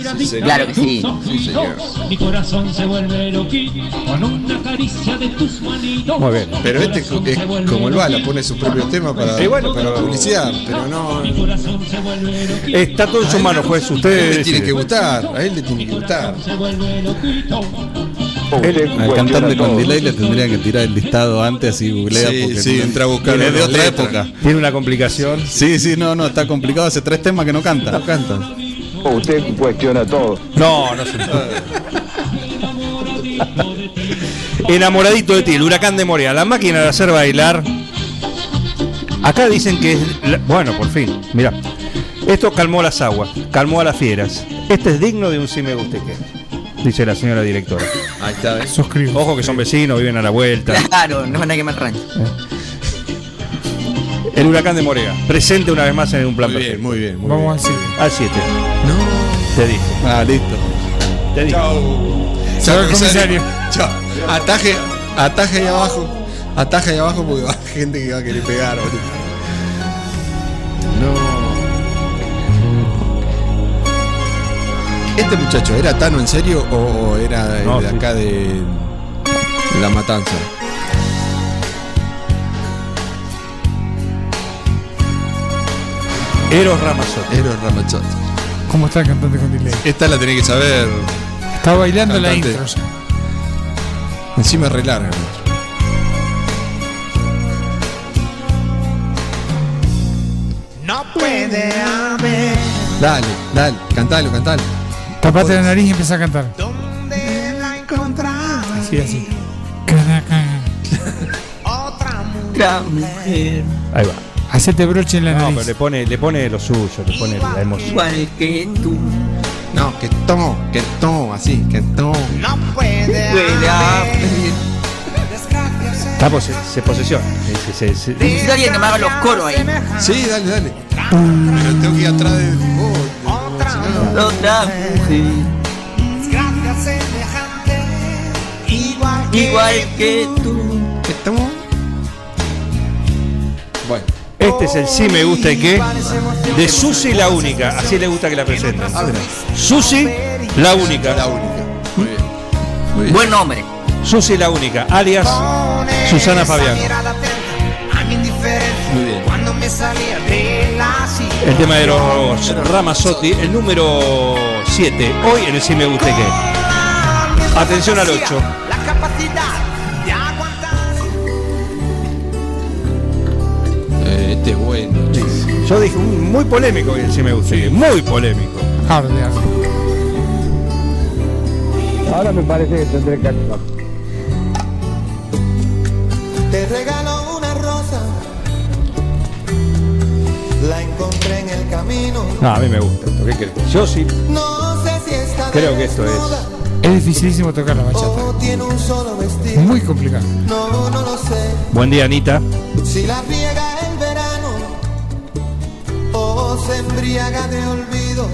Speaker 7: Claro que sí.
Speaker 11: Mi corazón se vuelve loquito con una caricia de tus manitos.
Speaker 2: Muy bien,
Speaker 3: Pero este es co- es como el bala, pone su propio tema para,
Speaker 2: Y bueno,
Speaker 3: para
Speaker 2: pero-
Speaker 3: publicidad. Pero no.
Speaker 11: Mi corazón se vuelve loquito.
Speaker 2: Está todo en sus manos, juez.
Speaker 3: A él
Speaker 2: pues, Usted
Speaker 3: le tiene que
Speaker 2: decide.
Speaker 3: gustar, a él le tiene que gustar.
Speaker 11: Se vuelve loquito.
Speaker 8: Al cantante con delay le tendrían que tirar el listado antes y googlea
Speaker 3: Sí,
Speaker 8: porque
Speaker 3: sí,
Speaker 8: no-
Speaker 3: entra a buscar
Speaker 8: viene de
Speaker 3: la
Speaker 8: otra
Speaker 3: letra.
Speaker 8: época.
Speaker 2: tiene una complicación.
Speaker 8: Sí, sí, no, no, está complicado. Hace tres temas que no canta. No canta.
Speaker 12: Usted cuestiona todo.
Speaker 2: No, no se puede. Enamoradito de ti, el huracán de Morea, la máquina de hacer bailar. Acá dicen que es. la- Bueno, por fin, mira. Esto calmó las aguas, calmó a las fieras. Este es digno de un sí me guste que. Dice la señora directora.
Speaker 8: Ahí está, ¿ves?
Speaker 4: Suscribo.
Speaker 2: Ojo que son vecinos, viven a la vuelta.
Speaker 7: Claro, nos van a quemar el rancho.
Speaker 2: El huracán de Morea, presente una vez más en un plan
Speaker 3: Muy bien,
Speaker 2: perfecto.
Speaker 3: muy bien. muy
Speaker 4: Vamos al cine.
Speaker 2: Al 7. No. Te dije,
Speaker 8: Ah, listo.
Speaker 2: te dije.
Speaker 3: bien.
Speaker 4: Se va el comisario.
Speaker 3: Chao. Ataje, ataje ahí abajo. Ataje ahí abajo porque va a haber gente que va a querer pegar, boludo. No. ¿Este muchacho era Tano en serio o, o era el
Speaker 2: No,
Speaker 3: de
Speaker 2: sí.
Speaker 3: acá de La Matanza?
Speaker 2: Eros Ramazzotti.
Speaker 3: Eros Ramazzotti.
Speaker 4: ¿Cómo está el cantante con delay?
Speaker 3: Esta la tenés que saber.
Speaker 4: Está bailando la
Speaker 3: Cantante.
Speaker 4: intro. ya.
Speaker 3: Encima re larga.
Speaker 9: No puede haber
Speaker 3: Dale, dale, cantalo, cantalo.
Speaker 4: Tapate la nariz y empieza a cantar.
Speaker 9: donde la encontrar
Speaker 4: Sí, así. Caraca.
Speaker 9: otra mujer.
Speaker 7: Otra mujer,
Speaker 2: Ahí va.
Speaker 4: Hacete broche en la
Speaker 2: No, pero
Speaker 4: nariz.
Speaker 2: le pone, le pone lo suyo, le pone la emoción.
Speaker 7: igual que tú.
Speaker 3: No, que tomo, que tomo, así, que tomo.
Speaker 9: No puede
Speaker 7: Puede
Speaker 9: haber
Speaker 7: haber.
Speaker 9: desgracias
Speaker 2: Está pose- se posesiona. Se- se- se- se-
Speaker 7: Necesito alguien que me haga los coros ahí.
Speaker 3: Sí, dale, dale. Pero tengo que ir atrás de vos. de vos, si no-
Speaker 7: Otra mujer,
Speaker 9: desgracias semejantes igual que
Speaker 7: igual que tú.
Speaker 3: ¿Qué tomo? Bueno,
Speaker 2: Este es el sí me gusta y qué de Susi la única. Así le gusta que la presenten. Susi la
Speaker 3: la
Speaker 2: única.
Speaker 3: única. Muy bien. Muy bien.
Speaker 7: Buen nombre.
Speaker 2: Susi la única. Alias
Speaker 9: Pones
Speaker 2: Susana
Speaker 9: esa
Speaker 2: Fabián.
Speaker 9: mirada atenta a mi indiferencia
Speaker 3: Muy bien.
Speaker 9: cuando me salía de la silla
Speaker 2: El tema de los Ramazotti, el número 7. Hoy en el sí me gusta y qué. Atención al ocho.
Speaker 9: La capacidad de aguantar.
Speaker 3: Eh, este es bueno. che.
Speaker 2: Yo dije "Mm, muy polémico hoy el sí me gusta y qué. Muy polémico.
Speaker 4: Hard, hard.
Speaker 13: Ahora me parece que tendré que actuar.
Speaker 5: Te regalo una rosa. La encontré en el camino.
Speaker 2: Ah, a mí me gusta esto, ¿qué querés? Yo sí
Speaker 5: No sé si está
Speaker 2: creo que esto es.
Speaker 4: Es dificilísimo tocar la bachata.
Speaker 5: o tiene un solo vestido.
Speaker 4: Muy complicado.
Speaker 2: ¿Mm?
Speaker 5: No, no lo sé.
Speaker 2: Buen día, Anita.
Speaker 5: Si la riega el verano o se embriaga de olvido.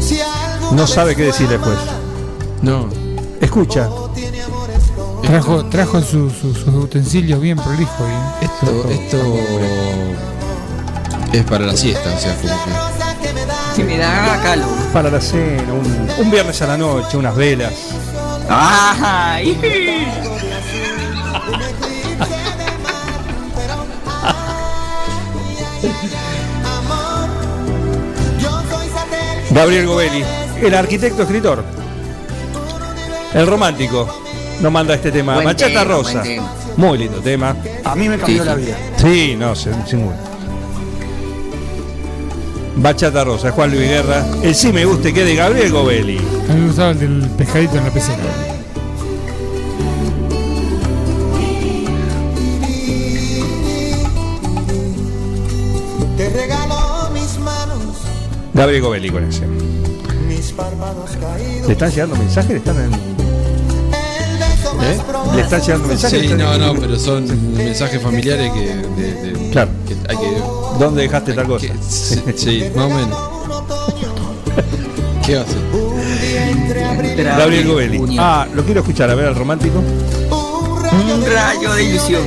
Speaker 5: Si algo
Speaker 2: No sabe qué pues. decir después.
Speaker 14: No.
Speaker 2: Escucha.
Speaker 4: Trajo, trajo su- su- sus utensilios bien prolijos. y-
Speaker 3: Esto, esto es para la siesta, o sea, como que.
Speaker 7: Si me da calor.
Speaker 2: Para la cena, un, un viernes a la noche, unas velas.
Speaker 7: ¡Ay!
Speaker 2: Gabriel Govelli, el arquitecto escritor. El romántico. Nos manda este tema.
Speaker 15: Buen
Speaker 2: Machata
Speaker 15: tema,
Speaker 2: Rosa.
Speaker 15: buen tema.
Speaker 2: Muy lindo tema.
Speaker 15: A mí me cambió la vida.
Speaker 2: Sí, no, sin, sin duda. Bachata Rosa, Juan Luis Guerra. El sí me guste que de Gabriel Govelli.
Speaker 4: A mí me gustaba el del pescadito en la piscina.
Speaker 5: Te regalo mis manos,
Speaker 2: Gabriel Govelli con ese.
Speaker 5: mis párpados caídos.
Speaker 2: ¿Le están llegando mensajes? ¿Le están en-
Speaker 3: ¿Eh?
Speaker 2: ¿Le están llegando mensajes?
Speaker 3: Sí, no, no, pero son mensajes familiares que. de- de-
Speaker 2: Claro.
Speaker 3: que hay que.
Speaker 2: ¿Dónde dejaste tal cosa?
Speaker 3: sí, sí, más o menos. ¿Qué hace?
Speaker 2: Gabriel Govelli. Ah, lo quiero escuchar, a ver al romántico.
Speaker 7: Un rayo de ilusión.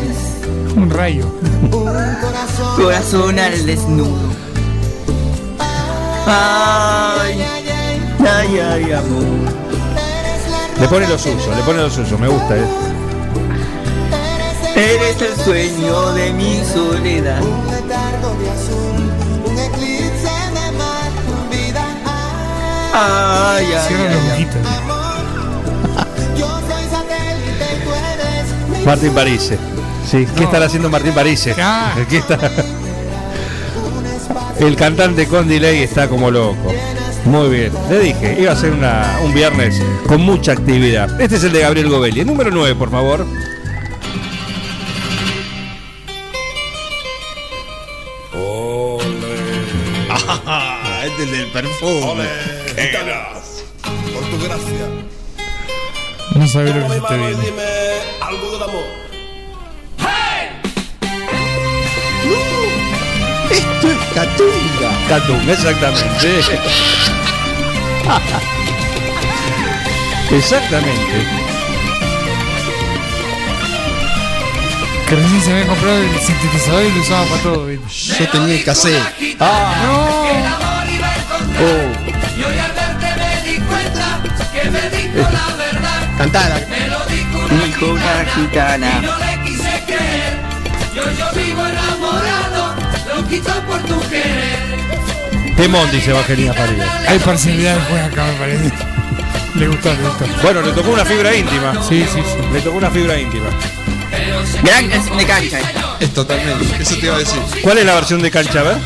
Speaker 4: Un rayo.
Speaker 7: Corazón al desnudo. Ay, ay, ay, amor.
Speaker 2: Le pone los usos, le pone los usos, me gusta, eh.
Speaker 7: Eres el sueño de mi soledad.
Speaker 5: Un letargo de azul, un eclipse de mar, vida.
Speaker 7: Ay, ay,
Speaker 4: Cierra
Speaker 7: ay,
Speaker 4: los
Speaker 7: ay.
Speaker 4: ojitos.
Speaker 5: Yo soy satélite, tú eres mi
Speaker 2: Martín Parise. Sí, ¿qué estará haciendo Martín Parise? ¿Qué está? El cantante con delay está como loco. Muy bien, le dije, iba a ser una- un viernes con mucha actividad. Este es el de Gabriel Govelli. El número 9, por favor.
Speaker 3: Ah, es el del perfume. Qué gas.
Speaker 16: Por tu gracia.
Speaker 4: No sabe lo que
Speaker 16: Toma mi
Speaker 4: hiciste
Speaker 16: mano y
Speaker 4: bien.
Speaker 16: dime algo del amor.
Speaker 3: Esto es Catunga.
Speaker 2: Catunga, exactamente. exactamente.
Speaker 4: Que recién se había comprado el sintetizador y lo usaba para todo. Yo
Speaker 3: tenía el cassette.
Speaker 4: ¡Ah!
Speaker 3: Oh. Cantala.
Speaker 7: Dijo una gitana.
Speaker 2: Temón, dice Evangelina Farías.
Speaker 4: Hay parcialidad de juego acá, me parece. Le gustó, le gustó.
Speaker 2: Bueno, le tocó una fibra íntima.
Speaker 4: Sí, sí, sí.
Speaker 2: Le tocó una fibra íntima.
Speaker 7: Gran canción de cancha.
Speaker 3: Es totalmente. Eso te iba a decir.
Speaker 2: ¿Cuál es la versión de cancha? A ver.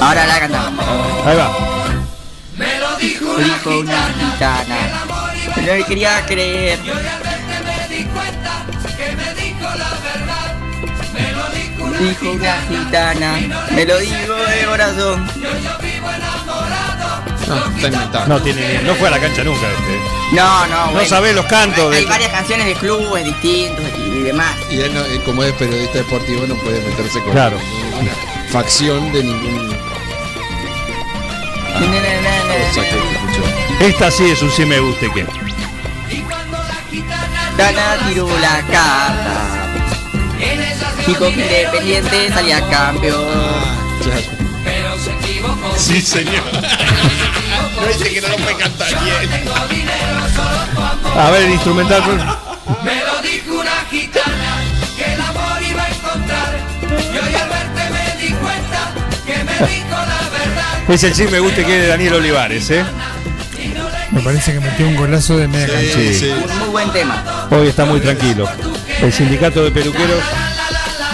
Speaker 7: Ahora la cantamos.
Speaker 2: Ahí va.
Speaker 7: Dijo una gitana. No le quería creer. Dijo una gitana. Me lo digo de corazón.
Speaker 3: No, está inventado.
Speaker 2: No tiene ni- no fue a la cancha nunca este.
Speaker 7: No, no,
Speaker 2: No
Speaker 7: bueno.
Speaker 2: sabés los cantos
Speaker 7: Hay,
Speaker 2: de-
Speaker 7: hay varias canciones de clubes distintos y, y demás.
Speaker 3: Y él, no- él como es periodista deportivo, no puede meterse con
Speaker 2: Claro.
Speaker 3: ninguna facción de ningún.
Speaker 7: Ah,
Speaker 3: cosa que escuchó.
Speaker 2: Esta sí es un sí me guste que.
Speaker 7: Dana tiró la carta. Dijo que independiente salía campeón.
Speaker 16: Sí, señor. No dice que no lo puede cantar bien.
Speaker 2: A ver el instrumental. por-
Speaker 17: Me lo dijo una gitana que el amor iba a encontrar. Y hoy al verte me di cuenta que me dijo la verdad.
Speaker 2: Es el sí me guste que es de Daniel Olivares, ¿eh?
Speaker 4: Me parece que metió un golazo de media cancha.
Speaker 2: Sí.
Speaker 7: Muy buen tema.
Speaker 2: Hoy está muy tranquilo. El sindicato de peluqueros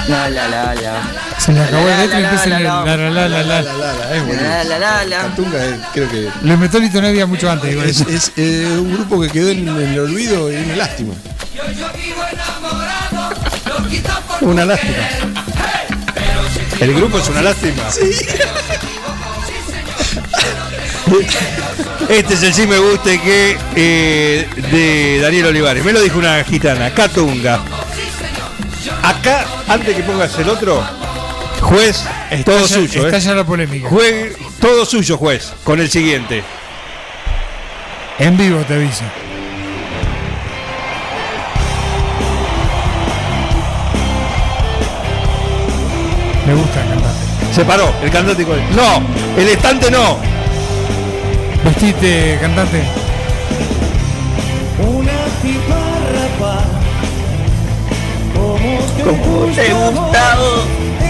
Speaker 7: La la la la.
Speaker 4: Se le acabó la letra y empieza el la la la la la.
Speaker 3: Es bueno.
Speaker 7: La la la la.
Speaker 3: Tunga, eh, creo que.
Speaker 4: Los Metólitos no había mucho antes. igual.
Speaker 3: Es, es, eh, un grupo que quedó en el olvido y una lástima.
Speaker 2: Una lástima. El grupo es una lástima. Este es el sí me guste que eh, de Daniel Olivares. Me lo dijo una gitana, Catunga. Acá, antes que pongas el otro, juez, todo
Speaker 4: Estalla-
Speaker 2: suyo. eh.
Speaker 4: estalla la polémica.
Speaker 2: Juez, todo suyo, juez, con el siguiente.
Speaker 4: En vivo te aviso. Me gusta cantar.
Speaker 2: Se paró, el cantante dijo, No, el estante no.
Speaker 4: Vestite, cantante.
Speaker 11: Una tiparrapa Como
Speaker 7: Como te gustaba.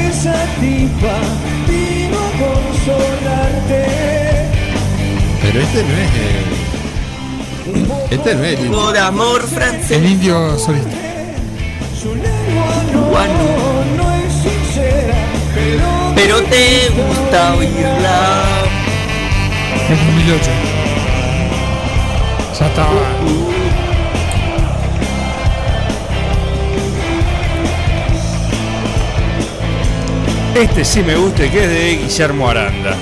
Speaker 11: Esa tipa vino a consolarte
Speaker 3: Pero este no es. eh, este no es el
Speaker 7: Por amor francés.
Speaker 4: El indio solista.
Speaker 7: Guano.
Speaker 11: No es sincera Pero
Speaker 7: Pero te gusta oírla.
Speaker 4: En 2008. Ya estaba.
Speaker 2: Este sí me gusta que es de Guillermo Aranda.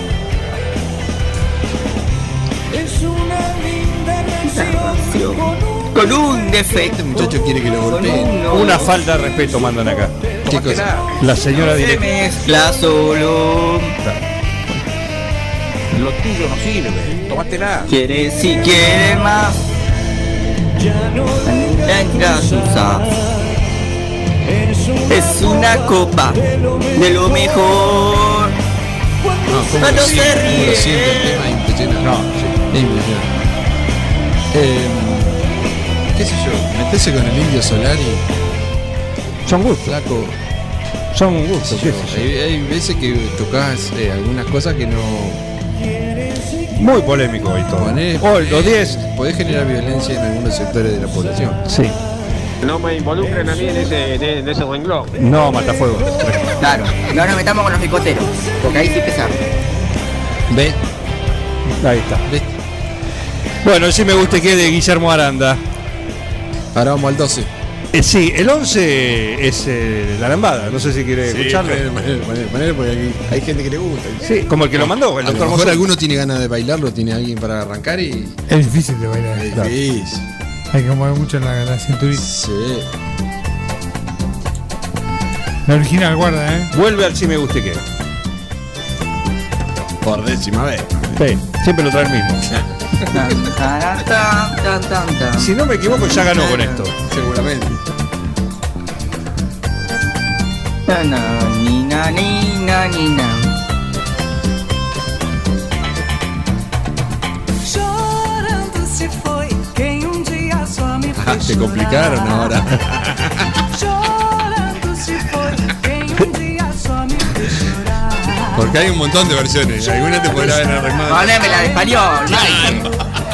Speaker 11: es una linda relación
Speaker 7: Con un defecto.
Speaker 3: muchacho quiere que lo golpeen. ah,
Speaker 2: Una falta de respeto mandan acá.
Speaker 3: ¿Qué cosa?
Speaker 2: La señora
Speaker 7: Se
Speaker 2: directora.
Speaker 7: mezcla solo.
Speaker 18: Lo tuyo no sirve. Tómatela.
Speaker 7: Quiere si quiere más. Venga, Susa. Es una copa de lo mejor. Cuando se ríe. eh.
Speaker 3: No, es impresionante. Eh, ¿Qué sé yo? Metese con el indio Solari.
Speaker 2: Son gustos.
Speaker 3: Flaco.
Speaker 2: Son un gusto.
Speaker 3: qué sé yo. Hay, hay veces que tocas eh, algunas cosas que no.
Speaker 2: Muy polémico hoy todo.
Speaker 3: Ponés,
Speaker 2: Hoy, Oh, los 10.
Speaker 3: Podés generar violencia en algunos sectores de la población.
Speaker 2: Sí.
Speaker 19: No me involucren a mí en ese, en, en ese renglón.
Speaker 2: No, matafuego.
Speaker 7: Claro, no nos metamos con los picoteros. Porque ahí sí pesamos.
Speaker 3: ¿Ves?
Speaker 2: Ahí está. Bueno, el sí me gusta que es de Guillermo Aranda.
Speaker 3: Ahora vamos al 12.
Speaker 2: Eh, sí, el 11 es eh, la lambada. No sé si quiere escucharlo.
Speaker 3: ponele, ponele, ponele, ponele, porque aquí hay gente que le gusta.
Speaker 2: Sí, como el que lo mandó, el
Speaker 3: a lo
Speaker 2: doctor
Speaker 3: mejor
Speaker 2: Monzón.
Speaker 3: alguno tiene ganas de bailarlo, tiene alguien para arrancar y.
Speaker 4: Es difícil de bailar. ¿eh?
Speaker 3: Es difícil.
Speaker 4: Hay que mover mucho la, la cinturita.
Speaker 3: Sí.
Speaker 4: La original, guarda, ¿eh?
Speaker 2: Vuelve al sí me guste que.
Speaker 3: Por décima vez.
Speaker 2: Sí, siempre lo trae el mismo.
Speaker 7: Tan, tan, tan, tan, tan.
Speaker 2: Si no me equivoco, ya ganó con esto.
Speaker 3: Seguramente.
Speaker 7: Na, na, ni, na, ni, na, ni, na.
Speaker 11: Chorando se foi quem um dia só me
Speaker 3: Ah,
Speaker 11: fez
Speaker 3: se complicaron
Speaker 11: chorar.
Speaker 3: ahora.
Speaker 11: Chorando se foi quem um dia só me fez chorar.
Speaker 3: Porque hay un montón de versiones. Alguna te podrá haber arreglado.
Speaker 7: Poneme la de español.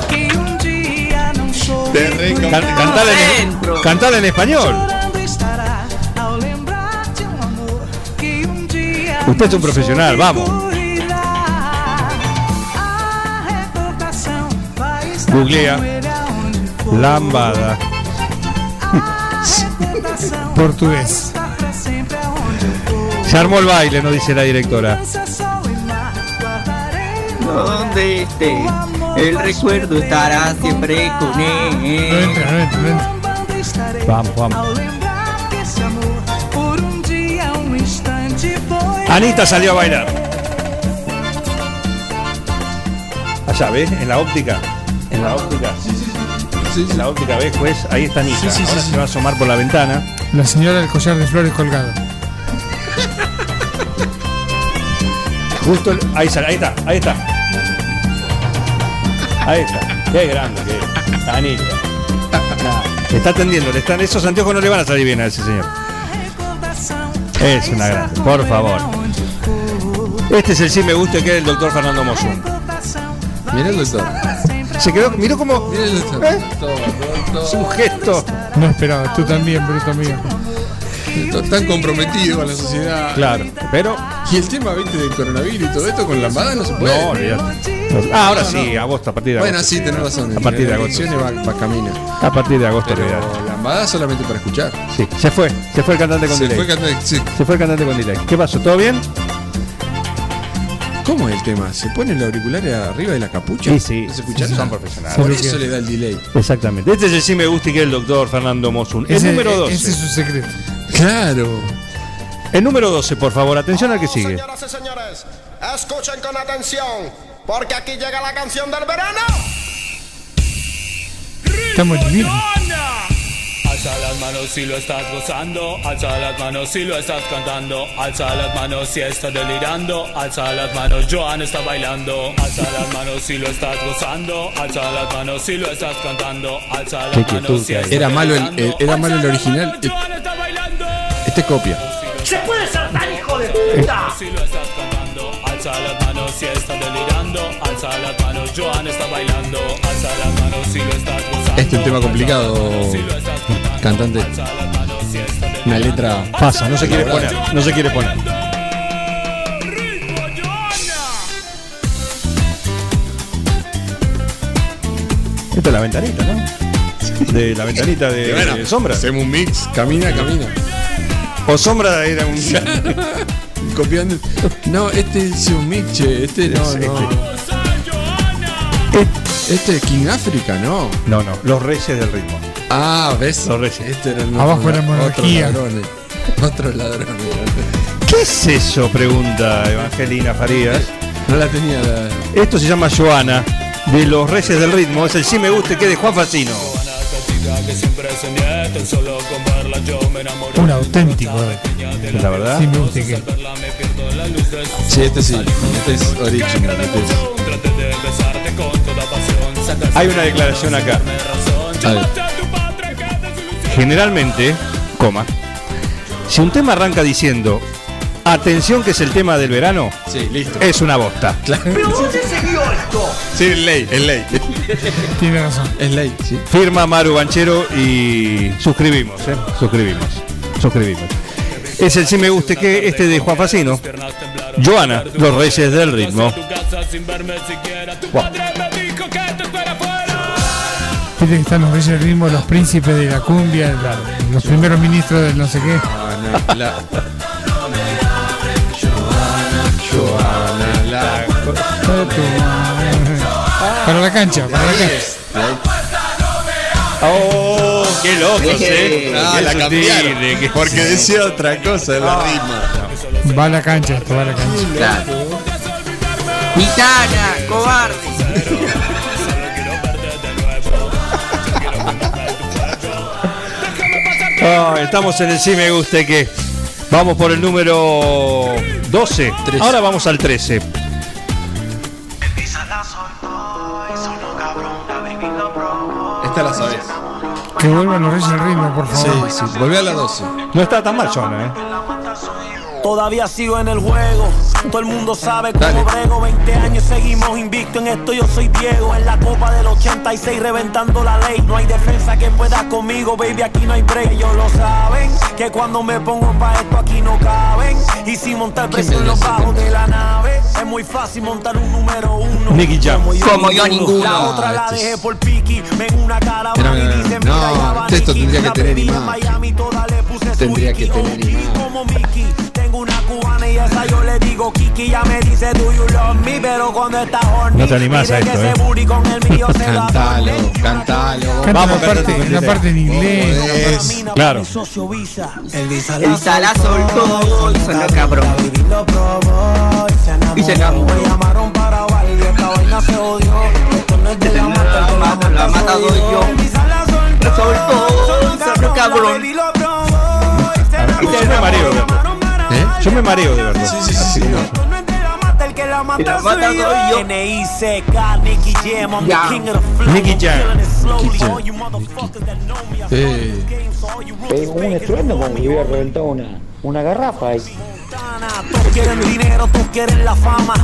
Speaker 11: Que um dia não soube
Speaker 3: Te re-
Speaker 11: cuidar.
Speaker 2: Can- cantala en-
Speaker 7: Centro.
Speaker 2: cantala en español.
Speaker 11: Chorando estará ao lembrar de um amor que um dia
Speaker 2: Usted es
Speaker 11: não
Speaker 2: un profesional, vamos.
Speaker 11: coração vai estar
Speaker 2: Googlea.
Speaker 11: com ele aonde
Speaker 2: Lambada.
Speaker 11: coração
Speaker 4: Portugués.
Speaker 11: está pra sempre aonde eu
Speaker 2: Se armó el baile, nos dice la directora.
Speaker 11: dança sol e mar guardarei
Speaker 7: Donde esté, el recuerdo estará siempre con
Speaker 4: No
Speaker 7: él.
Speaker 4: entra, no entra, no entra.
Speaker 11: lambando estarei
Speaker 2: Vamos, vamos.
Speaker 11: ao lembrar desse amor por um dia um instante foi
Speaker 2: Anita salió a bailar. Allá, ¿ves? En la óptica. En la óptica. En la óptica, ¿ves, juez? Ahí está Anita. Ahora se va a asomar por la ventana.
Speaker 4: La señora del collar de flores colgado.
Speaker 2: Justo el- ahí sale. Ahí está, ahí está. Ahí está. Qué grande que es. Anita. Nah, Está atendiendo. Le están, esos anteojos no le van a salir bien a ese señor.
Speaker 11: recordação
Speaker 2: Es una grande. É Por favor. Este es el sí me gusta que es el doctor Fernando Mosum.
Speaker 11: recordação
Speaker 3: Mirá el doctor.
Speaker 2: Se quedó, miró como
Speaker 3: Mirá el doctor. Todo, todo, todo.
Speaker 2: su gesto.
Speaker 4: No esperaba, tú también, bruto mío.
Speaker 11: Quem
Speaker 3: tan comprometido con la sociedad.
Speaker 2: Claro, pero.
Speaker 3: Y el tema, viste, del coronavirus y todo esto, con la lambada no se puede.
Speaker 2: No, olvídate. No, Ah, ahora
Speaker 3: No,
Speaker 2: sí, agosto, a partir de
Speaker 3: Bueno,
Speaker 2: agosto.
Speaker 3: sí, tenés razón.
Speaker 2: A partir de
Speaker 3: Las
Speaker 2: agosto.
Speaker 3: elecciones Va, va camino.
Speaker 2: A partir de agosto,
Speaker 3: Pero
Speaker 2: olvídate.
Speaker 3: lambada solamente para escuchar.
Speaker 2: Sí, se fue, se fue el cantante con
Speaker 3: Se
Speaker 2: delay.
Speaker 3: fue el cantante, sí.
Speaker 2: Se fue el cantante con delay. ¿Qué pasó? ¿Todo bien?
Speaker 3: ¿Cómo es el tema? ¿Se pone el auricular arriba de la capucha?
Speaker 2: Sí, sí.
Speaker 3: ¿No se escucha
Speaker 2: Sí,
Speaker 3: nada?
Speaker 2: son profesionales.
Speaker 3: Por
Speaker 2: Se
Speaker 3: eso
Speaker 2: bloquea.
Speaker 3: le da el delay.
Speaker 2: Exactamente. Este es el sí me gusta y que es el doctor Fernando Mosun. El
Speaker 4: Ese- e-
Speaker 2: número 12.
Speaker 4: Ese es su secreto.
Speaker 3: Claro.
Speaker 2: El número 12, por favor, atención al que sigue.
Speaker 20: Señoras y señores, escuchen con atención, porque aquí llega la canción del verano.
Speaker 4: Estamos en vivo.
Speaker 21: Alza las manos si lo estás gozando, alza las manos si lo estás cantando, alza las manos si estás delirando, alza las manos Joan está bailando, alza las manos si lo estás gozando, alza las manos si lo estás cantando, alza las manos si estás
Speaker 3: Era malo el, el-
Speaker 21: delirando.
Speaker 3: era malo el original. Este es copia.
Speaker 21: ¡Se puede saltar, hijo de puta! Si lo estás cantando, alza las manos si estás delirando, alza las manos Joan está bailando, alza las manos si lo estás gozando.
Speaker 3: Este es un tema complicado, cantante. Una letra.
Speaker 2: Pasa, no se quiere poner, no se quiere poner. Esta es la ventanita, ¿no? De la ventanita de,
Speaker 3: Y bueno,
Speaker 2: de Sombra.
Speaker 3: Eh, Hacemos un mix, camina, camina.
Speaker 2: O Sombra era un.
Speaker 3: Copiando. No, este es un mix, che, Este no,
Speaker 2: Este.
Speaker 3: no. Este es King Africa, no.
Speaker 2: No, no, los reyes del ritmo.
Speaker 3: Ah, ¿ves?
Speaker 2: Los reyes.
Speaker 3: Este era el
Speaker 2: Abajo era monarquía.
Speaker 3: Otros ladrones. Otros ladrones.
Speaker 2: ¿Qué es eso? Pregunta Evangelina Farías.
Speaker 3: No la tenía
Speaker 2: Esto se llama Joana, de los Reyes del Ritmo. Es el sí me gusta y que de Juan Facino.
Speaker 21: que siempre soñé, tan solo con verla yo me enamoré.
Speaker 4: Un auténtico. eh.
Speaker 2: La verdad.
Speaker 4: Sí, me gusta que.
Speaker 3: Sí, este sí. Este es original. Este es.
Speaker 2: Hay una declaración acá. Generalmente, coma. Si un tema arranca diciendo, atención que es el tema del verano,
Speaker 3: Sí, listo.
Speaker 2: es una bosta.
Speaker 11: ¿Pero dónde se vio esto?
Speaker 3: Sí, es ley, es ley.
Speaker 4: Tiene razón.
Speaker 3: Es ley, sí.
Speaker 2: Firma Maru Banchero y suscribimos, ¿eh? Suscribimos, suscribimos. Es el sí me guste que este de Juan Facino. Joana, los reyes del ritmo. Buah.
Speaker 4: Viste que están los reyes del ritmo, los príncipes de la cumbia, la- los primeros ministros del no sé qué.
Speaker 3: Joana, la. Joana, la.
Speaker 4: Para la cancha, para la cancha.
Speaker 2: ¡Oh! ¡Qué locos, eh!
Speaker 3: Ah,
Speaker 2: Qué
Speaker 3: la
Speaker 2: sutiles,
Speaker 3: cambiaron.
Speaker 2: qué-
Speaker 3: Porque decía otra cosa la rima.
Speaker 4: Va a la cancha esto, va a la cancha.
Speaker 7: Gitana, cobarde.
Speaker 2: Ah, estamos en el sí me guste que. Vamos por el número 12. Ahora vamos al 13.
Speaker 3: Esta la sabes.
Speaker 4: Que vuelvan los reyes del ritmo, por favor.
Speaker 3: Sí, sí. Volvé a la 12.
Speaker 2: No está tan mal, Joana, ¿eh?
Speaker 22: Todavía sigo en el juego. Todo el mundo sabe cómo brego. 20 años seguimos invicto en esto. Yo soy Diego. En la copa del 86 reventando la ley. No hay defensa que pueda conmigo, baby. Aquí no hay break. Ellos lo saben. Que cuando me pongo pa' esto aquí no caben. Y si montar preso en los bajos de la nave. Es muy fácil montar un número uno.
Speaker 2: Nicky Jam.
Speaker 22: Como yo ninguno. La
Speaker 3: Ah,
Speaker 22: otra la
Speaker 3: este es-
Speaker 22: dejé por piqui. Me en una cara
Speaker 3: Mira,
Speaker 22: mala y
Speaker 3: mira, mira.
Speaker 22: dicen, mira, ya
Speaker 3: No,
Speaker 22: va
Speaker 3: esto
Speaker 22: Nicky.
Speaker 3: tendría que
Speaker 22: La
Speaker 3: tener
Speaker 22: bebí en
Speaker 3: imagen.
Speaker 22: Miami toda le puse su
Speaker 3: Tendría que
Speaker 22: wiki,
Speaker 3: tener
Speaker 22: oh,
Speaker 3: imagen.
Speaker 22: como Mickey. Tengo una cubana y esa yo le digo Kiki. Ya me dice, do you love me? Pero cuando está horny,
Speaker 2: No te animás
Speaker 22: mire
Speaker 2: a
Speaker 22: que
Speaker 2: esto,
Speaker 22: ese
Speaker 2: ¿eh?
Speaker 22: booty con el mío se lo
Speaker 3: Cantalo, cantalo.
Speaker 4: Canta la parte, la parte en
Speaker 3: Este,
Speaker 4: inglés.
Speaker 3: Es.
Speaker 2: Claro.
Speaker 22: El Visa
Speaker 7: El Sala soltó y sonó cabrón. Y se acabó. Mata- La mata doy yo. La soltó y sonó cabrón.
Speaker 2: Yo me mareo, de verdad. Yo me mareo, de verdad.
Speaker 22: Y la mata doy yo. Ya.
Speaker 2: Nicky Jam.
Speaker 3: Eh,
Speaker 23: Es un estruendo como si hubiera reventado una.
Speaker 6: una garrafa ahí.
Speaker 22: Todos quieren dinero, todos quieren la fama.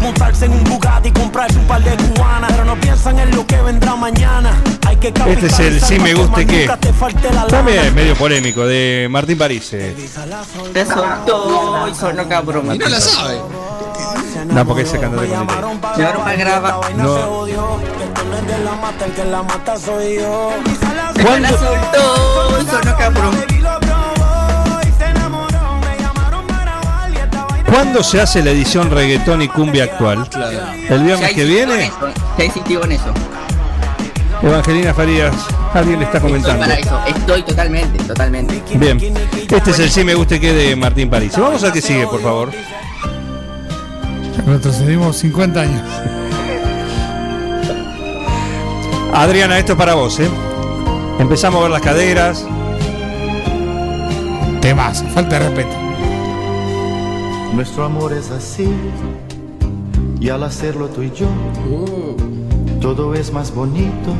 Speaker 22: Montarse en un Bugatti y comprarse un par de cubanas. Pero no piensan en lo que vendrá mañana. Hay que
Speaker 2: Este es el sí me guste que. También es
Speaker 22: Dame.
Speaker 2: medio polémico, de Martín París. eh.
Speaker 7: Te soltó y sonó cabrón.
Speaker 2: Y no la sabe. No, porque ese cantante es muy lindo.
Speaker 7: Y ahora me graba.
Speaker 2: No.
Speaker 7: Te la soltó y sonó cabrón.
Speaker 2: ¿Cuándo se hace la edición reggaetón y cumbia actual? El viernes
Speaker 7: Ya
Speaker 2: que
Speaker 7: insistió en
Speaker 2: viene,
Speaker 7: eso, Ya insistió en eso.
Speaker 2: Evangelina Farías, alguien le está
Speaker 7: Estoy
Speaker 2: comentando.
Speaker 7: para eso. Estoy totalmente, totalmente.
Speaker 2: Bien, este es el sí me guste que de Martín París. Vamos a que sigue, por favor.
Speaker 4: Retrocedimos 50 años.
Speaker 2: Adriana, esto es para vos, ¿eh? Empezamos a ver las caderas.
Speaker 4: Temas, falta de respeto.
Speaker 24: Nuestro amor es así, y al hacerlo tú y yo, todo es más bonito.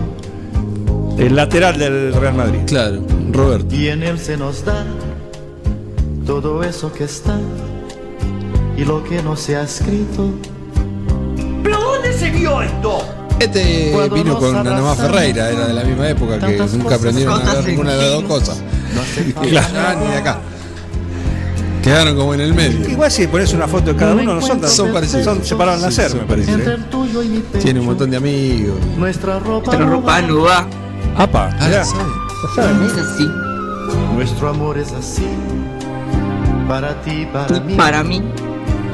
Speaker 2: El lateral del Real Madrid.
Speaker 24: Claro, Roberto. Y en él se nos da todo eso que está y lo que no se ha escrito.
Speaker 11: ¿Pero dónde se vio esto?
Speaker 3: Este vino con Ana Má Ferreira, era de la misma época, que
Speaker 11: Tantas
Speaker 3: nunca
Speaker 11: cosas,
Speaker 3: aprendieron a
Speaker 11: cosas
Speaker 3: ver ninguna de las dos
Speaker 11: ingenuas.
Speaker 3: cosas. Claro, ni de acá. Quedaron como en el medio.
Speaker 2: Igual si pones una foto de cada uno, no son tan
Speaker 3: Son parecidos.
Speaker 2: Son separados al
Speaker 3: Sí,
Speaker 2: nacer,
Speaker 3: son
Speaker 2: me parece.
Speaker 3: parecidos.
Speaker 2: ¿eh?
Speaker 24: Tuyo y mi pecho,
Speaker 3: Tiene un montón de amigos.
Speaker 24: nuestra ropa.
Speaker 7: Pero ropa Este no va.
Speaker 2: Apa,
Speaker 3: Ah,
Speaker 2: mirá.
Speaker 7: Es así.
Speaker 24: Nuestro amor es así, para ti, para mí.
Speaker 7: Para mí,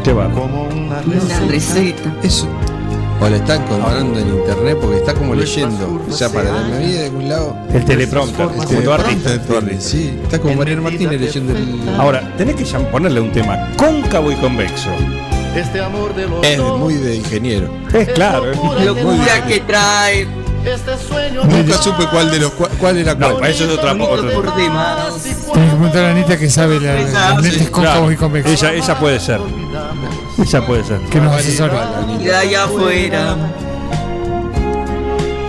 Speaker 2: Qué va.
Speaker 24: Como una
Speaker 7: una
Speaker 24: receta.
Speaker 7: receta.
Speaker 3: Eso. O la están comparando en internet porque está como leyendo. O sea, para la vida de algún lado.
Speaker 2: El teleprompter,
Speaker 3: El
Speaker 2: como tu artista.
Speaker 3: teleprompter, Sí, está como Mariano Martínez leyendo el.
Speaker 2: Ahora, tenés que llam- ponerle un tema cóncavo y convexo.
Speaker 24: Este amor de los
Speaker 2: Eh.
Speaker 3: Es
Speaker 24: dos,
Speaker 3: muy de ingeniero.
Speaker 2: Es claro. ¿eh?
Speaker 7: Locura que trae.
Speaker 24: este sueño
Speaker 3: Nunca supe cuál de los cua- cuál era cuál.
Speaker 2: No, eso es otra. otra-
Speaker 7: Por demás.
Speaker 4: Tienes que preguntar a Anita que sabe la- las lentes cóncavos y
Speaker 2: Claro,
Speaker 4: convexos.
Speaker 2: ella, ella puede ser. Ella puede ser.
Speaker 4: Que nos asesore.
Speaker 7: Y de allá afuera.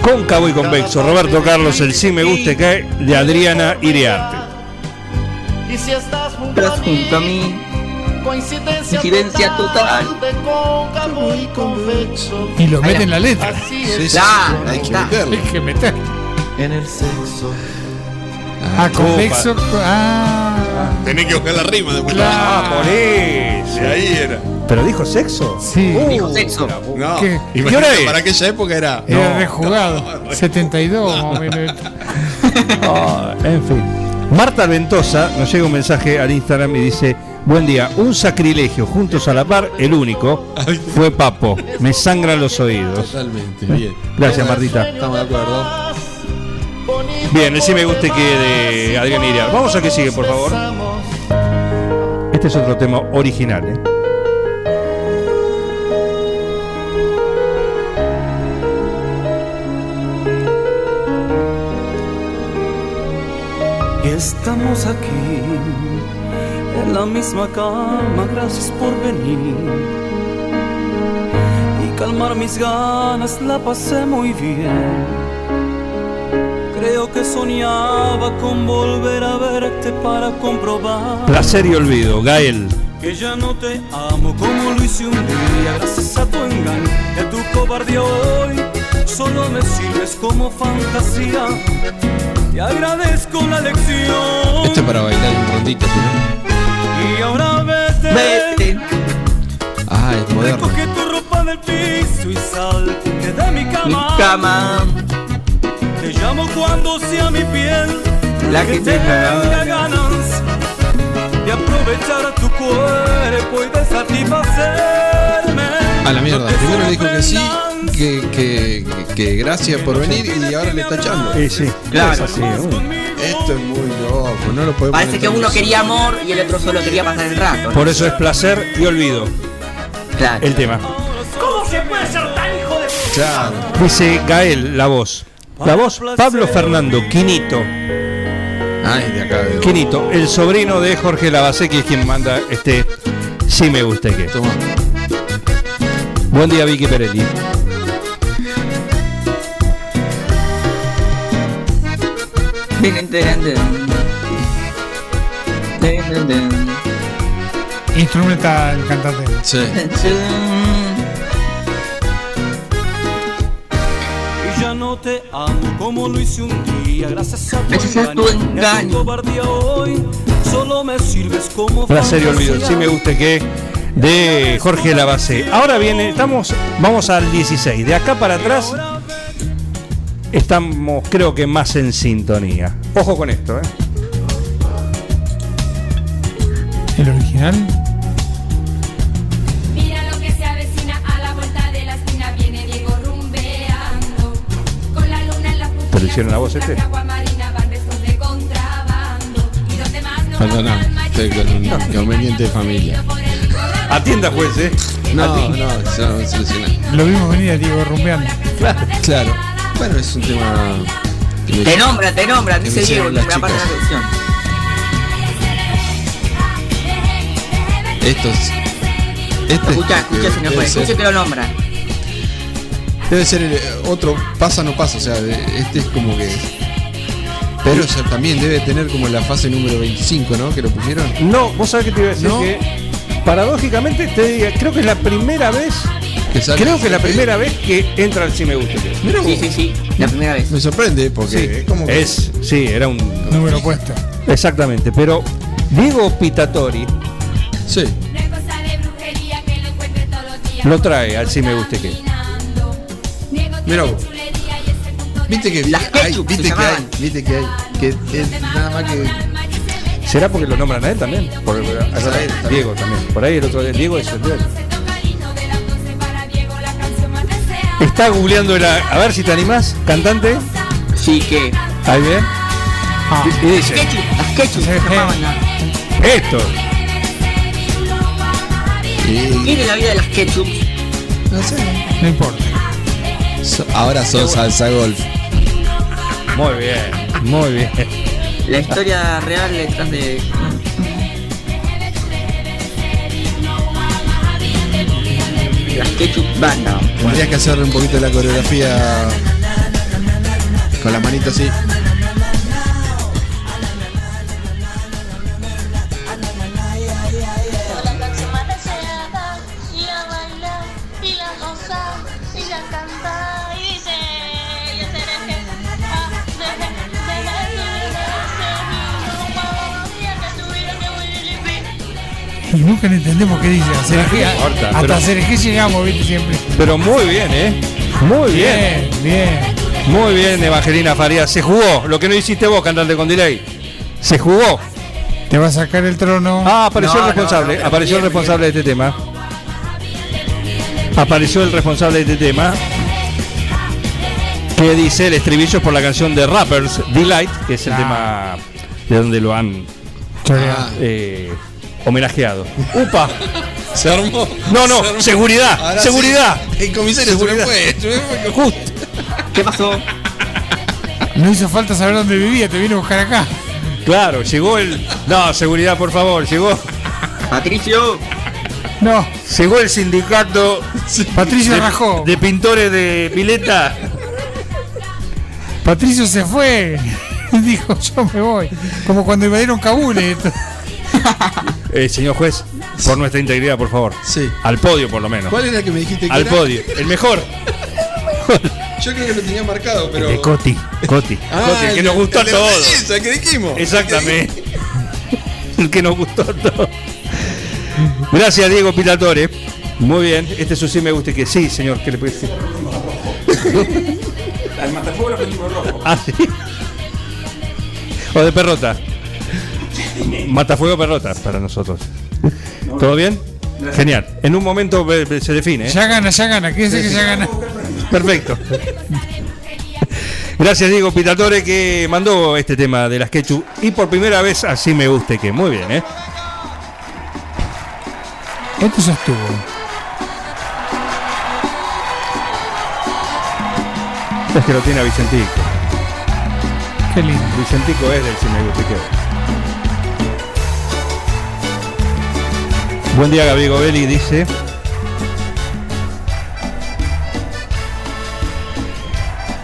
Speaker 2: Cóncavo y convexo. Roberto Carlos, el sí me guste que de Adriana Iriarte.
Speaker 24: Y si estás junto
Speaker 7: Tras
Speaker 24: a mí,
Speaker 7: junto a mí.
Speaker 24: coincidencia,
Speaker 7: Coincidencia total.
Speaker 24: de cóncavo y convexo.
Speaker 4: Y lo mete en la letra.
Speaker 24: Así es.
Speaker 7: Claro,
Speaker 24: Hay que
Speaker 4: Hay que meter.
Speaker 24: En el sexo.
Speaker 4: Ah, convexo. Ah,
Speaker 8: Tenés que buscar la rima después.
Speaker 4: Claro.
Speaker 2: Por eso.
Speaker 8: De ahí era.
Speaker 2: ¿Pero dijo sexo? Uh.
Speaker 4: sí.
Speaker 7: Dijo sexo.
Speaker 8: No.
Speaker 4: ¿Qué?
Speaker 8: Imagínate,
Speaker 2: ¿Y ahora es?
Speaker 8: Para aquella época era.
Speaker 4: Era rejugado. 72, más o menos.
Speaker 2: Ah, en fin. Marta Ventosa nos llega un mensaje al Instagram y dice: Buen día, un sacrilegio, juntos a la par, el único fue Papo. Me sangran los oídos.
Speaker 3: Totalmente, bien.
Speaker 2: Gracias, Martita.
Speaker 3: Estamos de acuerdo.
Speaker 2: Bien, el sí me guste que de Adrián Iriar. Vamos a que sigue, por favor. Este es otro tema original. ¿eh?
Speaker 25: Y estamos aquí, en la misma cama, gracias por venir. Y calmar mis ganas, la pasé muy bien. Creo que soñaba con volver a verte para comprobar
Speaker 2: Placer y olvido, Gael.
Speaker 25: que ya no te amo como lo hice un día gracias a tu engaño de tu cobardía hoy solo me sirves como fantasía te agradezco la lección
Speaker 3: Esto es para bailar en rondita, si no.
Speaker 25: y ahora vete,
Speaker 7: Vete.
Speaker 3: Ah, es moderno.
Speaker 25: recoge tu ropa del piso y salte de mi
Speaker 7: Mi
Speaker 25: cama
Speaker 7: cama.
Speaker 25: te llamo cuando sea mi piel
Speaker 7: La que te
Speaker 25: tenga
Speaker 7: caga.
Speaker 25: ganas de aprovechar tu cuerpo y de satisfacerme
Speaker 3: A la mierda. Primero dijo que sí, que, que, que gracias por venir y ahora le está echando.
Speaker 2: Sí, sí.
Speaker 7: Claro.
Speaker 2: Sí, uh.
Speaker 3: Esto es muy loco, no lo podemos.
Speaker 7: Parece que uno quería amor y el otro solo quería pasar el rato. ¿no?
Speaker 2: Por eso es placer y olvido
Speaker 7: Claro.
Speaker 2: el tema.
Speaker 25: ¿Cómo se puede ser tan hijo de
Speaker 3: Claro.
Speaker 2: Dice Gael, la voz. La voz Pablo Fernando Quinito.
Speaker 3: Ay, de acá. de-
Speaker 2: Quinito, el sobrino de Jorge Lavasecki es quien manda este Sí me gusta que.
Speaker 3: Toma.
Speaker 2: Buen día Vicky Perelli.
Speaker 7: Bien interesante.
Speaker 4: Instrumental cantante.
Speaker 3: Sí.
Speaker 25: Y ya no te amo como lo hice un día, gracias a tu
Speaker 7: Gracias a tu engaño.
Speaker 25: tu cobardía hoy, solo me sirves como
Speaker 2: Para serio olvido,
Speaker 25: fantasía.
Speaker 2: sí me gusta que de Jorge Lavacé. Ahora viene, estamos, vamos al 16. De acá para atrás estamos creo que más en sintonía. Ojo con esto, ¿eh?
Speaker 4: El original.
Speaker 1: Mira lo que se avecina a la vuelta de la esquina viene Diego rumbeando con la luna en la punta
Speaker 2: ¿Te lo hicieron la voz este?
Speaker 1: agua marina van restos de contrabando y donde más no
Speaker 3: Perdona, estoy con un inconveniente de familia.
Speaker 2: Atienda, juez, ¿eh?
Speaker 3: No, no, eso no va a solucionar.
Speaker 4: Lo vimos venir a Diego rumbeando.
Speaker 3: Claro. claro. Bueno, es un tema. que me-
Speaker 7: Te nombra, te nombra,
Speaker 3: que me
Speaker 7: dice Diego,
Speaker 3: hicieron
Speaker 7: te
Speaker 3: las
Speaker 7: nombra para la
Speaker 3: chicas.
Speaker 7: producción.
Speaker 3: Estos. Este,
Speaker 7: Escucha, escucha,
Speaker 3: debe
Speaker 7: señor juez,
Speaker 3: ser-
Speaker 7: escucha que lo nombra.
Speaker 3: Debe ser el, eh, otro pasa no pasa, o sea, de- este es como que. Pero o sea, también debe tener como la fase número 25, ¿no? Que lo pusieron.
Speaker 2: No, vos sabés que te iba a decir
Speaker 3: No.
Speaker 2: que paradójicamente te diga, creo que es la primera vez,
Speaker 3: Que sale-
Speaker 2: creo que es la primera vez que entra al sí me gusta.
Speaker 7: Sí, sí, sí, la primera vez.
Speaker 3: Me sorprende porque
Speaker 2: Sí,
Speaker 3: es como que.
Speaker 2: es, sí, era un
Speaker 4: Número opuesto.
Speaker 2: Exactamente, pero Diego Pitatori
Speaker 3: sí.
Speaker 2: lo trae al Si Me Guste Que.
Speaker 3: Mira vos. Viste que hay, viste que hay, viste que hay, que es nada más que
Speaker 2: ¿Será porque lo nombran a él también? Por, a-
Speaker 3: Es a él también.
Speaker 2: Diego también. Por ahí el otro día. Diego es el de él. Está googleando el. A ver si te animás, cantante.
Speaker 7: Sí, que.
Speaker 2: Ahí bien. Y dice: eh,
Speaker 7: Ketchup, las ketchup se tomaban la-
Speaker 2: Esto.
Speaker 7: ¿Quién es la vida de las ketchup?
Speaker 3: No sé.
Speaker 4: No importa.
Speaker 3: So- ahora son salsa golf.
Speaker 2: Muy bien, muy bien.
Speaker 7: La historia real detrás de. Las ketchup banda.
Speaker 3: Tendrías que hacerle un poquito de la coreografía con la manita así.
Speaker 26: La próxima deseada y a bailar y la gozar y la cantar y dice yo seré que ah, de de de de
Speaker 4: Y nunca le entendemos qué dice. Hacer eje-
Speaker 2: No importa,
Speaker 4: hasta
Speaker 2: pero-
Speaker 4: hacer eje llegamos, viste, siempre.
Speaker 2: Pero muy bien, ¿eh? Muy bien.
Speaker 4: Bien, bien.
Speaker 2: Muy bien, Evangelina Faría. Se jugó. Lo que no hiciste vos, cantante con delay. Se jugó.
Speaker 4: Te va a sacar el trono.
Speaker 2: Ah, apareció el
Speaker 4: No, no,
Speaker 2: responsable.
Speaker 4: no, pero
Speaker 2: apareció el
Speaker 4: bien,
Speaker 2: responsable de este tema. Apareció el responsable de este tema. Que dice el estribillo por la canción de Rappers, Delight, que es el tema de donde lo han
Speaker 4: Choreado.
Speaker 2: eh, homenajeado. ¡Upa!
Speaker 3: Se armó.
Speaker 2: No, no,
Speaker 3: Se armó.
Speaker 2: seguridad,
Speaker 3: Ahora sí.
Speaker 2: seguridad.
Speaker 3: El comisario
Speaker 2: Seguridad.
Speaker 3: se me fue.
Speaker 2: Justo.
Speaker 7: ¿Qué pasó?
Speaker 2: Ah.
Speaker 4: No hizo falta saber dónde vivía, te vino a buscar acá.
Speaker 2: Claro, llegó el. No, seguridad, por favor, llegó.
Speaker 7: Patricio.
Speaker 4: No.
Speaker 2: Llegó el sindicato.
Speaker 4: Patricio
Speaker 2: de,
Speaker 4: rajó.
Speaker 2: De pintores de pileta.
Speaker 4: Patricio se fue. Y dijo, yo me voy. Como cuando invadieron Kabul. esto.
Speaker 2: Eh, señor juez, por nuestra integridad, por favor.
Speaker 3: Sí.
Speaker 2: Al podio, por lo menos.
Speaker 3: ¿Cuál era que me dijiste que
Speaker 2: Al
Speaker 3: era?
Speaker 2: podio. El mejor.
Speaker 3: Yo creo que lo tenía marcado, pero. Ah,
Speaker 2: De Eh, Coti. Coti. Coti, Ah, el que nos gustó a
Speaker 3: el de la
Speaker 2: todos.
Speaker 3: belleza, que dijimos.
Speaker 2: Exactamente. El que nos gustó a todos. Gracias, Diego Pilatore. Muy bien. Este es un sí me gusta y que sí, señor. ¿Qué le puede decir?
Speaker 18: Al matafuego lo pedimos rojo.
Speaker 2: Ah, sí. O de perrota. Matafuego perrota para nosotros. ¿Todo bien? Genial. En un momento ve- ve- se define. ¿eh?
Speaker 4: Ya gana, ya gana. Quédense que ya gana.
Speaker 2: Perfecto. Gracias Diego Pitatore que mandó este tema de las Quechu y por primera vez así me guste que muy bien, ¿eh?
Speaker 4: Esto ya estuvo.
Speaker 2: Es que lo tiene a Vicentico.
Speaker 4: Qué lindo.
Speaker 2: Vicentico es del si me guste que. Buen día Gabriel Gobelli dice.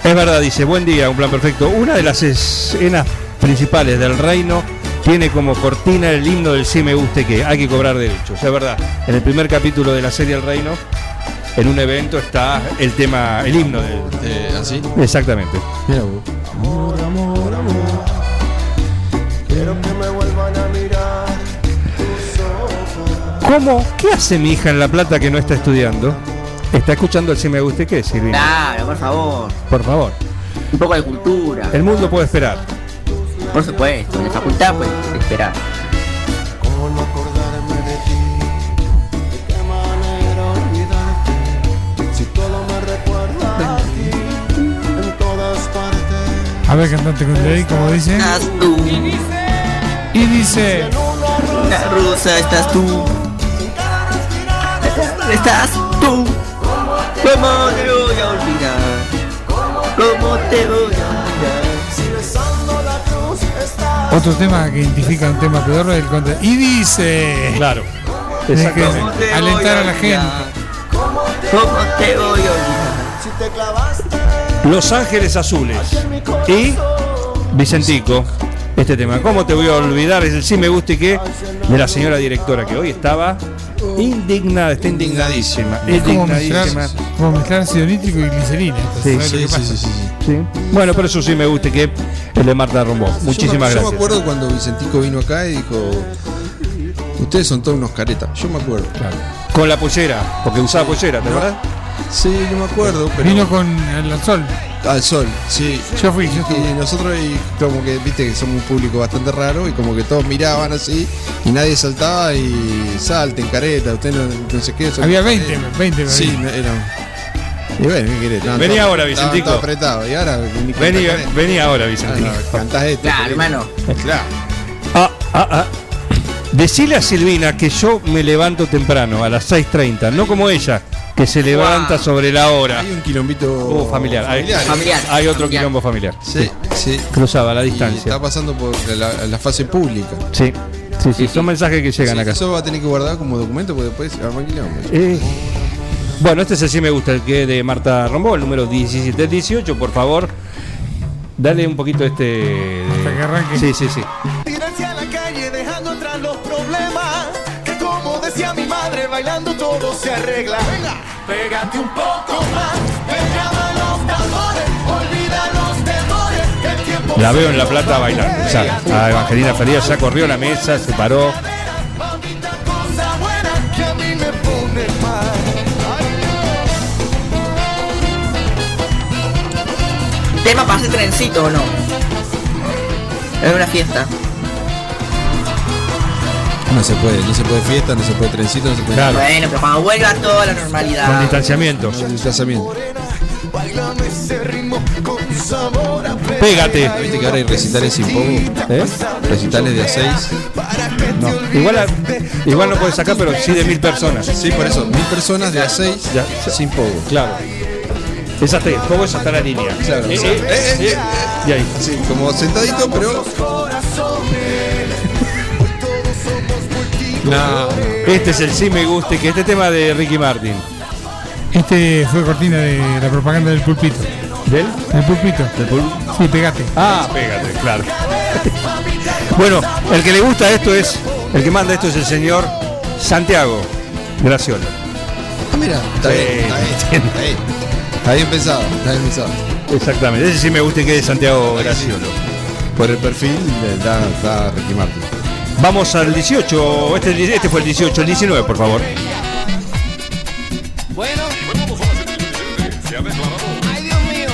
Speaker 2: Es verdad, dice, buen día, un plan perfecto. Una de las escenas principales del reino tiene como cortina el himno del sí me guste que hay que cobrar derechos. Es verdad, en el primer capítulo de la serie El Reino, en un evento está el tema, el himno del...
Speaker 3: Eh,
Speaker 8: ¿Así?
Speaker 2: Exactamente.
Speaker 3: Mira vos.
Speaker 27: Amor, amor, amor. Quiero que me vuelvan a mirar tus ojos.
Speaker 2: ¿Cómo? ¿Qué hace mi hija en La Plata que no está estudiando? Está escuchando el sí me guste que, Silvina.
Speaker 7: Claro, por favor.
Speaker 2: Por favor.
Speaker 7: Un poco de cultura.
Speaker 2: El mundo puede esperar.
Speaker 7: Por supuesto, en la facultad pues esperar.
Speaker 27: Con acordarme de ti. De qué manera olvidarte. Si todo me recuerda a ti. En todas partes.
Speaker 4: A ver, cantante con ley, como dice.
Speaker 7: Estás tú,
Speaker 4: Y dice.
Speaker 7: la rusa, estás tú. Estás tú. ¿Cómo te voy a olvidar? ¿Cómo te voy a olvidar?
Speaker 27: Si besando la cruz está.
Speaker 4: Otro tema que identifica un tema pedorro es el contra. Y dice.
Speaker 2: Claro.
Speaker 4: Tienes que
Speaker 7: ¿Cómo te voy
Speaker 4: alentar a la gente.
Speaker 7: olvidar? ¿Cómo te voy a olvidar?
Speaker 27: Si te clavaste
Speaker 2: Los Ángeles Azules. Y Vicentico. Este tema, ¿cómo te voy a olvidar? Es el sí me guste que de la señora directora que hoy estaba este indignada, está indignadísima.
Speaker 4: Es como mezclar,
Speaker 2: indignadísima.
Speaker 4: como mezclar ácido nítrico y glicerina.
Speaker 2: Sí,
Speaker 4: Entonces, ¿sabes lo que pasa?
Speaker 2: Sí. Bueno, por eso sí me guste que el de Marta Rombó.
Speaker 3: yo me,
Speaker 2: Muchísimas
Speaker 3: Yo me
Speaker 2: gracias.
Speaker 3: acuerdo cuando Vicentico vino acá y dijo: Ustedes son todos unos caretas. Yo me acuerdo.
Speaker 2: Con la pollera, porque usaba pollera, ¿te acuerdas?
Speaker 3: Sí, yo me acuerdo, pero.
Speaker 4: Vino con el sol.
Speaker 3: Al sol, sí.
Speaker 4: Yo fui,
Speaker 3: Y-
Speaker 4: yo estuve.
Speaker 3: Y nosotros, y como que, viste que somos un público bastante raro, y como que todos miraban así, y nadie saltaba, y salten, careta, usted no, no sé qué. son
Speaker 4: Había
Speaker 3: caretas".
Speaker 4: 20, 20.
Speaker 3: Sí, no, era. Y bueno, ¿qué querés? Estaban
Speaker 2: Vení
Speaker 3: todos-
Speaker 2: ahora,
Speaker 3: estaban
Speaker 2: Vicentico.
Speaker 3: todos apretados, y ahora. ni cuenta
Speaker 2: Vení,
Speaker 3: con esto.
Speaker 2: vení ahora,
Speaker 3: Ah,
Speaker 2: Vicentico.
Speaker 3: no, cantás esto.
Speaker 7: Claro,
Speaker 3: querido.
Speaker 7: hermano.
Speaker 3: Claro.
Speaker 2: Ah, ah, ah. Decile a Silvina que yo me levanto temprano, a las 6.30, no como ella, que se levanta sobre la hora.
Speaker 3: Hay un quilombito.
Speaker 2: Oh, familiar. Hay,
Speaker 3: familiar. ¿eh?
Speaker 7: Familiar.
Speaker 2: hay otro
Speaker 7: familiar.
Speaker 2: quilombo familiar.
Speaker 3: Sí, sí.
Speaker 2: Cruzaba a la
Speaker 3: Y
Speaker 2: distancia.
Speaker 3: está pasando por la, la fase pública.
Speaker 2: Sí, sí, sí. Son mensajes que llegan
Speaker 3: Sí,
Speaker 2: acá.
Speaker 3: Eso va a tener que guardar como documento porque después se va a maquilar.
Speaker 2: Eh, bueno, este es el sí me gusta, el que es de Marta Rombó, el número 1718, por favor. Dale un poquito este. de-
Speaker 4: Hasta que arranque.
Speaker 2: Sí, sí, sí.
Speaker 11: Tirarse a la calle dejando atrás los problemas. Que como decía mi madre, bailando todo se arregla. Venga, pégate un poco más. Pegaba los tambores, olvida los temores. que el tiempo
Speaker 2: La
Speaker 11: se
Speaker 2: veo en La
Speaker 11: nos
Speaker 2: Plata
Speaker 11: va.
Speaker 2: bailando. ya. A Evangelina Farías ya corrió la mesa, se paró.
Speaker 11: Mamita, cosa buena que a mí me pone mal.
Speaker 7: Tema para hacer trencito o no. Es una fiesta.
Speaker 3: No se puede, no se puede fiesta, no se puede trencito, no se puede.
Speaker 2: Claro.
Speaker 7: Bueno, pero cuando vuelva toda la
Speaker 2: Con
Speaker 7: normalidad.
Speaker 2: distanciamiento.
Speaker 3: No, desplazamiento.
Speaker 11: Bailame ese ritmo con sabor a
Speaker 2: Pégate.
Speaker 11: pelea y
Speaker 3: Viste que ahora hay recitales sin poco,
Speaker 2: ¿Eh?
Speaker 3: recitales de a 6.
Speaker 2: No. Igual, a- igual no puedes sacar, pero sí de mil personas.
Speaker 3: Sí, por eso, mil personas de a 6
Speaker 2: Ya.
Speaker 3: sin poco.
Speaker 2: Claro. Esa te, ¿Cómo es hasta la línea?
Speaker 3: Claro.
Speaker 2: Eh, eh,
Speaker 3: Eh, eh,
Speaker 2: eh, Y ahí.
Speaker 3: Sí, como sentadito, pero.
Speaker 2: No. Este es el sí me guste, que este tema de Ricky Martin.
Speaker 4: Este fue cortina de la propaganda del pulpito.
Speaker 2: ¿Del?
Speaker 4: ¿Del pulpito? Sí, pegate.
Speaker 2: Ah, pégate, claro. bueno, el que le gusta esto es, el que manda esto es el señor Santiago Graciola.
Speaker 3: Ah, mira, está bien, está bien, está bien. Está bien pensado, está bien pensado.
Speaker 2: Exactamente, ese sí me gusta que es Santiago Graciolo.
Speaker 3: Por el perfil eh, da, da Ricky Martin.
Speaker 2: Vamos al 18, este, este fue el 18, el 19, por favor.
Speaker 11: Bueno, ay Dios mío,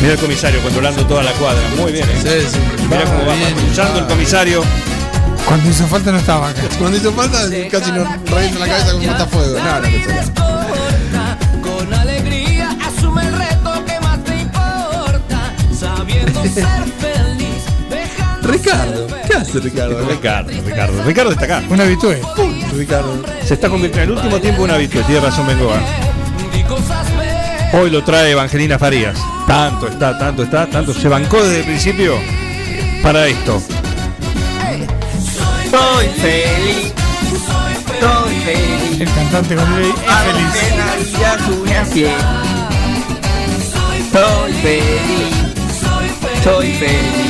Speaker 2: Mira el comisario controlando toda la cuadra. Muy bien, ¿eh?
Speaker 3: Sí, sí.
Speaker 2: Mira cómo va escuchando el comisario.
Speaker 4: Cuando hizo falta no estaba acá.
Speaker 3: Cuando hizo falta, casi nos revienta la cabeza con un matafuego. No, no, no, no.
Speaker 11: corta, con alegría asume el reto que más te importa, sabiendo ser feliz, dejando
Speaker 3: Ricardo, ¿qué hace Ricardo?
Speaker 2: Ricardo, Ricardo, Ricardo está acá.
Speaker 4: Una habitué.
Speaker 3: Ricardo.
Speaker 2: Se está convirtiendo en el último tiempo en un hábito, tiene razón Bengoa. Hoy lo trae Evangelina Farías. Tanto está, tanto está, tanto. Se bancó desde el principio para esto.
Speaker 7: Soy feliz. Soy feliz.
Speaker 4: El cantante con ley es
Speaker 7: Hago
Speaker 4: feliz.
Speaker 7: de Navidad una fiesta. Soy feliz. soy feliz.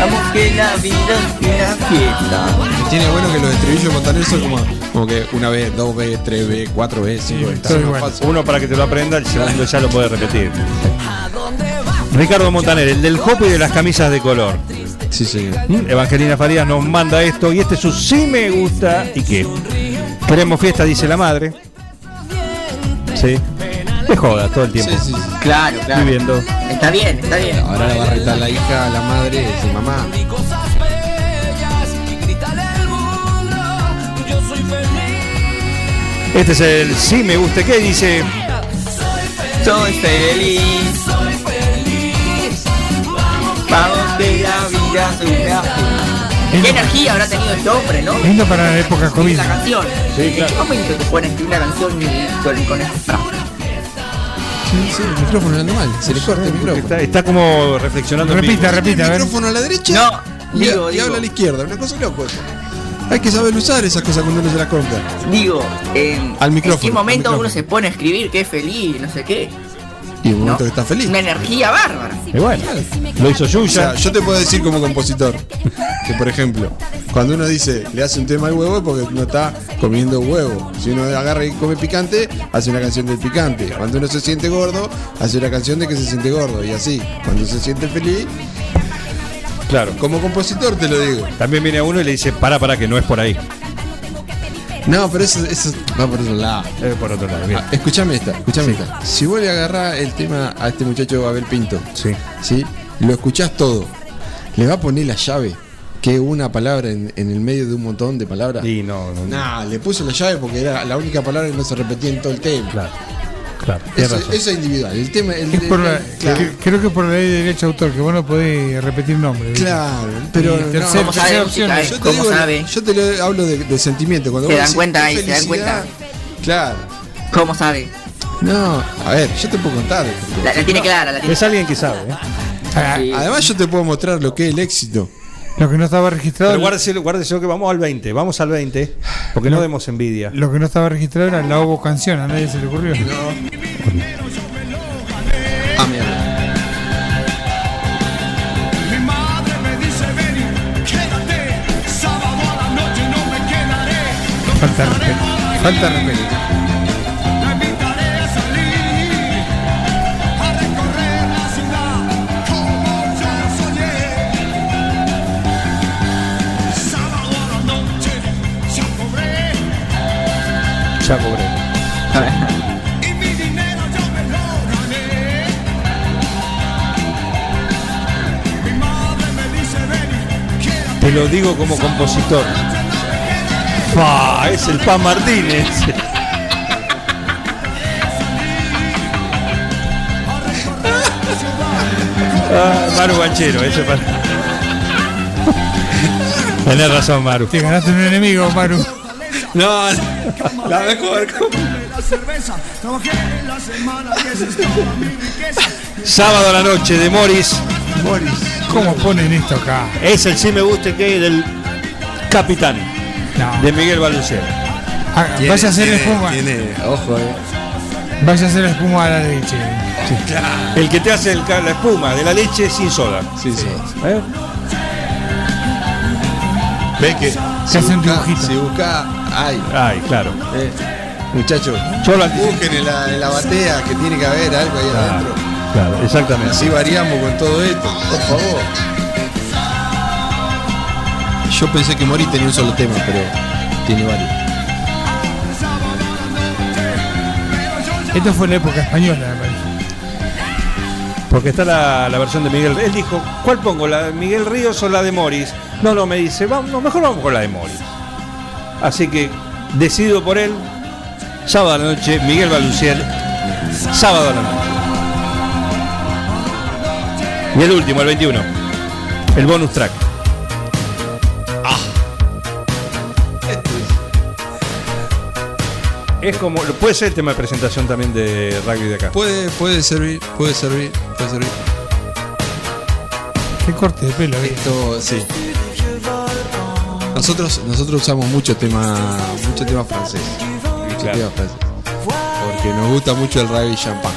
Speaker 7: Vamos que la vida es una fiesta.
Speaker 3: Tiene bueno que los estribillos montaneros son como, como que una vez, dos veces, tres veces, cuatro veces, cinco veces.
Speaker 2: Son igual. Uno para que te lo aprenda, el segundo ya lo puedes repetir. Ricardo Montaner, el del hopo y de las camisas de color.
Speaker 3: Sí, señor.
Speaker 2: Mm, Evangelina Farías nos manda esto y este es su sí me gusta y qué. Queremos fiesta, dice la madre. Sí. Te jodas todo el tiempo.
Speaker 3: Sí, sí, sí.
Speaker 7: Claro, claro.
Speaker 2: Viviendo.
Speaker 7: Está bien, está bien.
Speaker 3: Ahora la va a retar la hija a la madre de su mamá.
Speaker 2: Este es el sí me gusta qué dice.
Speaker 7: Soy feliz. Vamos que la vida es una fiesta. ¿Qué energía habrá tenido este hombre, no?
Speaker 4: Lindo para la época
Speaker 7: Escribir
Speaker 4: COVID.
Speaker 7: La canción. Eh, ¿En qué momento te pueden escribir una canción con, con esa frase?
Speaker 3: Sí, sí, el micrófono anda mal. Se le corta el micrófono.
Speaker 2: Está, está como reflexionando. en
Speaker 4: Repita,
Speaker 2: vivo.
Speaker 4: repita, a
Speaker 3: El
Speaker 4: ver.
Speaker 3: micrófono a la derecha
Speaker 7: No,
Speaker 3: y, a-
Speaker 7: digo,
Speaker 3: y
Speaker 7: digo.
Speaker 3: habla a la izquierda. Una cosa loca. eso. Hay que saber usar esas cosas cuando uno se las compra.
Speaker 7: Digo, en,
Speaker 3: Al micrófono,
Speaker 7: ¿en qué
Speaker 3: al
Speaker 7: momento
Speaker 3: micrófono.
Speaker 7: uno se pone a escribir que es feliz, no sé qué?
Speaker 3: Y un momento
Speaker 7: No.
Speaker 3: que está feliz.
Speaker 7: Una energía bárbara.
Speaker 2: Y bueno, lo hizo
Speaker 3: O sea,
Speaker 2: Yuya.
Speaker 3: yo te puedo decir como compositor que, por ejemplo, cuando uno dice le hace un tema al huevo es porque no está comiendo huevo. Si uno agarra y come picante, hace una canción del picante. Cuando uno se siente gordo, hace una canción de que se siente gordo. Y así, cuando se siente feliz,
Speaker 2: Claro.
Speaker 3: como compositor te lo digo.
Speaker 2: También viene uno y le dice, para, para, que no es por ahí.
Speaker 3: No, pero eso, eso va por otro lado.
Speaker 2: Es por otro lado. bien.
Speaker 3: Ah, escuchame esta, escuchame esta. Si vos le agarrás el tema a este muchacho Abel Pinto,
Speaker 2: Sí.
Speaker 3: ¿sí? Lo escuchás todo. Le va a poner la llave, que es una palabra en, en el medio de un montón de palabras.
Speaker 2: Y no, no-
Speaker 3: Nah, le puso la llave porque era la única palabra que no se repetía en todo el tema.
Speaker 2: Claro. Claro.
Speaker 3: Eso, eso es individual. El tema. el-
Speaker 4: Es por
Speaker 3: el-
Speaker 4: la-
Speaker 3: claro,
Speaker 4: que- creo que por la ley de derecho de autor, que vos no podés repetir nombres. ¿viste?
Speaker 3: claro, pero.
Speaker 4: Y
Speaker 3: no,
Speaker 4: tercero,
Speaker 7: ¿Cómo
Speaker 4: tercera
Speaker 7: sabe
Speaker 4: opción
Speaker 7: música,
Speaker 4: es-
Speaker 7: eh?
Speaker 3: yo te,
Speaker 7: ¿Cómo
Speaker 3: digo,
Speaker 7: sabe?
Speaker 3: yo te lo hablo de, de sentimiento. Cuando
Speaker 7: Se
Speaker 3: vos
Speaker 7: dan
Speaker 3: decís,
Speaker 7: cuenta
Speaker 3: "Qué
Speaker 7: ahí, se dan
Speaker 3: felicidad". Claro.
Speaker 7: ¿Cómo sabe?
Speaker 3: No, a ver, yo te puedo contar.
Speaker 7: La, la tiene clara, la tiene
Speaker 2: Es alguien que sabe. ¿eh?
Speaker 4: Ah,
Speaker 7: Sí.
Speaker 3: Además, yo te puedo mostrar lo que es el éxito.
Speaker 4: Lo que no estaba registrado.
Speaker 2: Pero guárdeselo, guárdeselo que vamos al 20. Vamos al 20. Porque no demos envidia.
Speaker 4: Lo que no estaba registrado era la obo canción, a nadie se le ocurrió.
Speaker 3: Ah, mira.
Speaker 9: Mi madre me dice ven y quédate, sábado a la noche no me quedaré,
Speaker 4: Falta de respeto. Falta de respeto.
Speaker 9: la invitaré a salir, a recorrer la ciudad como yo soñé. Sábado a la noche ya cobré
Speaker 2: Ya cobré.
Speaker 9: y mi dinero yo me lo gané. Mi madre me dice ven y quédate.
Speaker 2: Te lo digo como compositor. Fa, es el Pan Martínez. Ah, Maru Banchero, ese para. Tenés razón, Maru.
Speaker 4: Te ganaste un enemigo, Maru.
Speaker 2: No, la mejor.
Speaker 9: la cerveza, trabajé en la semana y esa es toda mi riqueza.
Speaker 2: Sábado a la noche de Morris.
Speaker 4: ¿Cómo ponen esto acá?
Speaker 2: Es el sí me gusta que del capitán
Speaker 4: No.
Speaker 2: de Miguel Balducero.
Speaker 4: Ah, vaya a hacer espuma.
Speaker 3: tiene- ojo, eh.
Speaker 4: Vaya a hacer espuma a la leche.
Speaker 2: El que te hace el ca- la espuma de la leche sin soda.
Speaker 3: Sí, sí.
Speaker 2: ¿eh?
Speaker 3: Ve que.
Speaker 4: Se hace un dibujito.
Speaker 3: Si busca. Ay,
Speaker 2: Ay, claro.
Speaker 3: eh. Muchachos,
Speaker 2: Yo lo anticipo.
Speaker 3: busquen en la, en la batea que tiene que haber algo ahí adentro.
Speaker 2: Claro, exactamente.
Speaker 3: Así variamos con todo esto, por favor. Yo pensé que Mori tenía un solo tema, pero tiene varios.
Speaker 4: Esto fue la época española, me parece.
Speaker 2: Porque está la, la versión de Miguel. Él dijo, ¿cuál pongo? ¿La de Miguel Ríos o la de Morris? No, no, me dice, vamos, no, mejor vamos con la de Morris. Así que decido por él. Sábado a la noche, Miguel Baluciel. Sábado a la noche. Y el último, el 21. El bonus track. Ah. Es como, puede ser el tema de presentación también de rugby de acá.
Speaker 3: Puede, puede servir, puede servir, puede servir.
Speaker 4: Qué corte de pelo, eh, ¿viste?
Speaker 3: Esto, sí. Nosotros, nosotros usamos mucho tema, mucho tema francés. Mucho
Speaker 2: Claro.
Speaker 3: tema francés. Porque nos gusta mucho el rugby champán.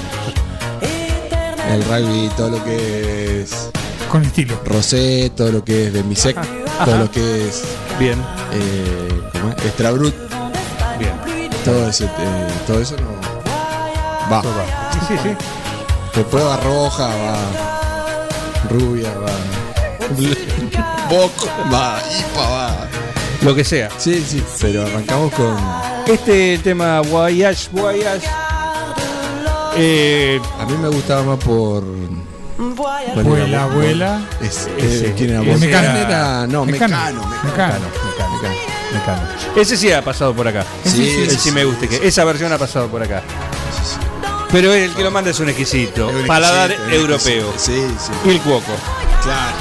Speaker 3: El rugby, todo lo que es.
Speaker 4: Con estilo.
Speaker 3: Rosé, todo lo que es de Misec,
Speaker 4: Ajá.
Speaker 3: todo
Speaker 4: Ajá.
Speaker 3: lo que es.
Speaker 2: Bien.
Speaker 3: Eh, ¿Cómo es? Extrabrut.
Speaker 2: Bien.
Speaker 3: Todo, ese, eh, todo eso no. Va.
Speaker 2: No va. Sí, sí, sí.
Speaker 3: Después va roja, va. Rubia, va. Boc, va. Ipa, va.
Speaker 2: Lo que sea.
Speaker 3: Sí, sí. Pero arrancamos con.
Speaker 2: Este tema, Voyage, Voyage. Eh,
Speaker 3: A mí me gustaba más por. ¿cuál
Speaker 4: Vuela,
Speaker 3: era?
Speaker 4: vuela.
Speaker 3: Es,
Speaker 2: Ese.
Speaker 3: eh, ¿Quién era?
Speaker 2: Ese
Speaker 3: ¿Volcán
Speaker 2: era-
Speaker 3: era? No,
Speaker 4: Mecano.
Speaker 3: Mecano.
Speaker 4: Mecano.
Speaker 3: Mecano, Mecano.
Speaker 2: Mecano. Ese sí ha pasado por acá.
Speaker 3: Sí,
Speaker 2: el
Speaker 3: sí,
Speaker 2: sí, me gusta. que esa versión ha pasado por acá. Pero el que lo manda es un exquisito.
Speaker 3: Es un
Speaker 2: paladar
Speaker 3: exquisito, es un
Speaker 2: europeo.
Speaker 3: Sí, sí.
Speaker 2: Y el cuoco.
Speaker 3: Claro.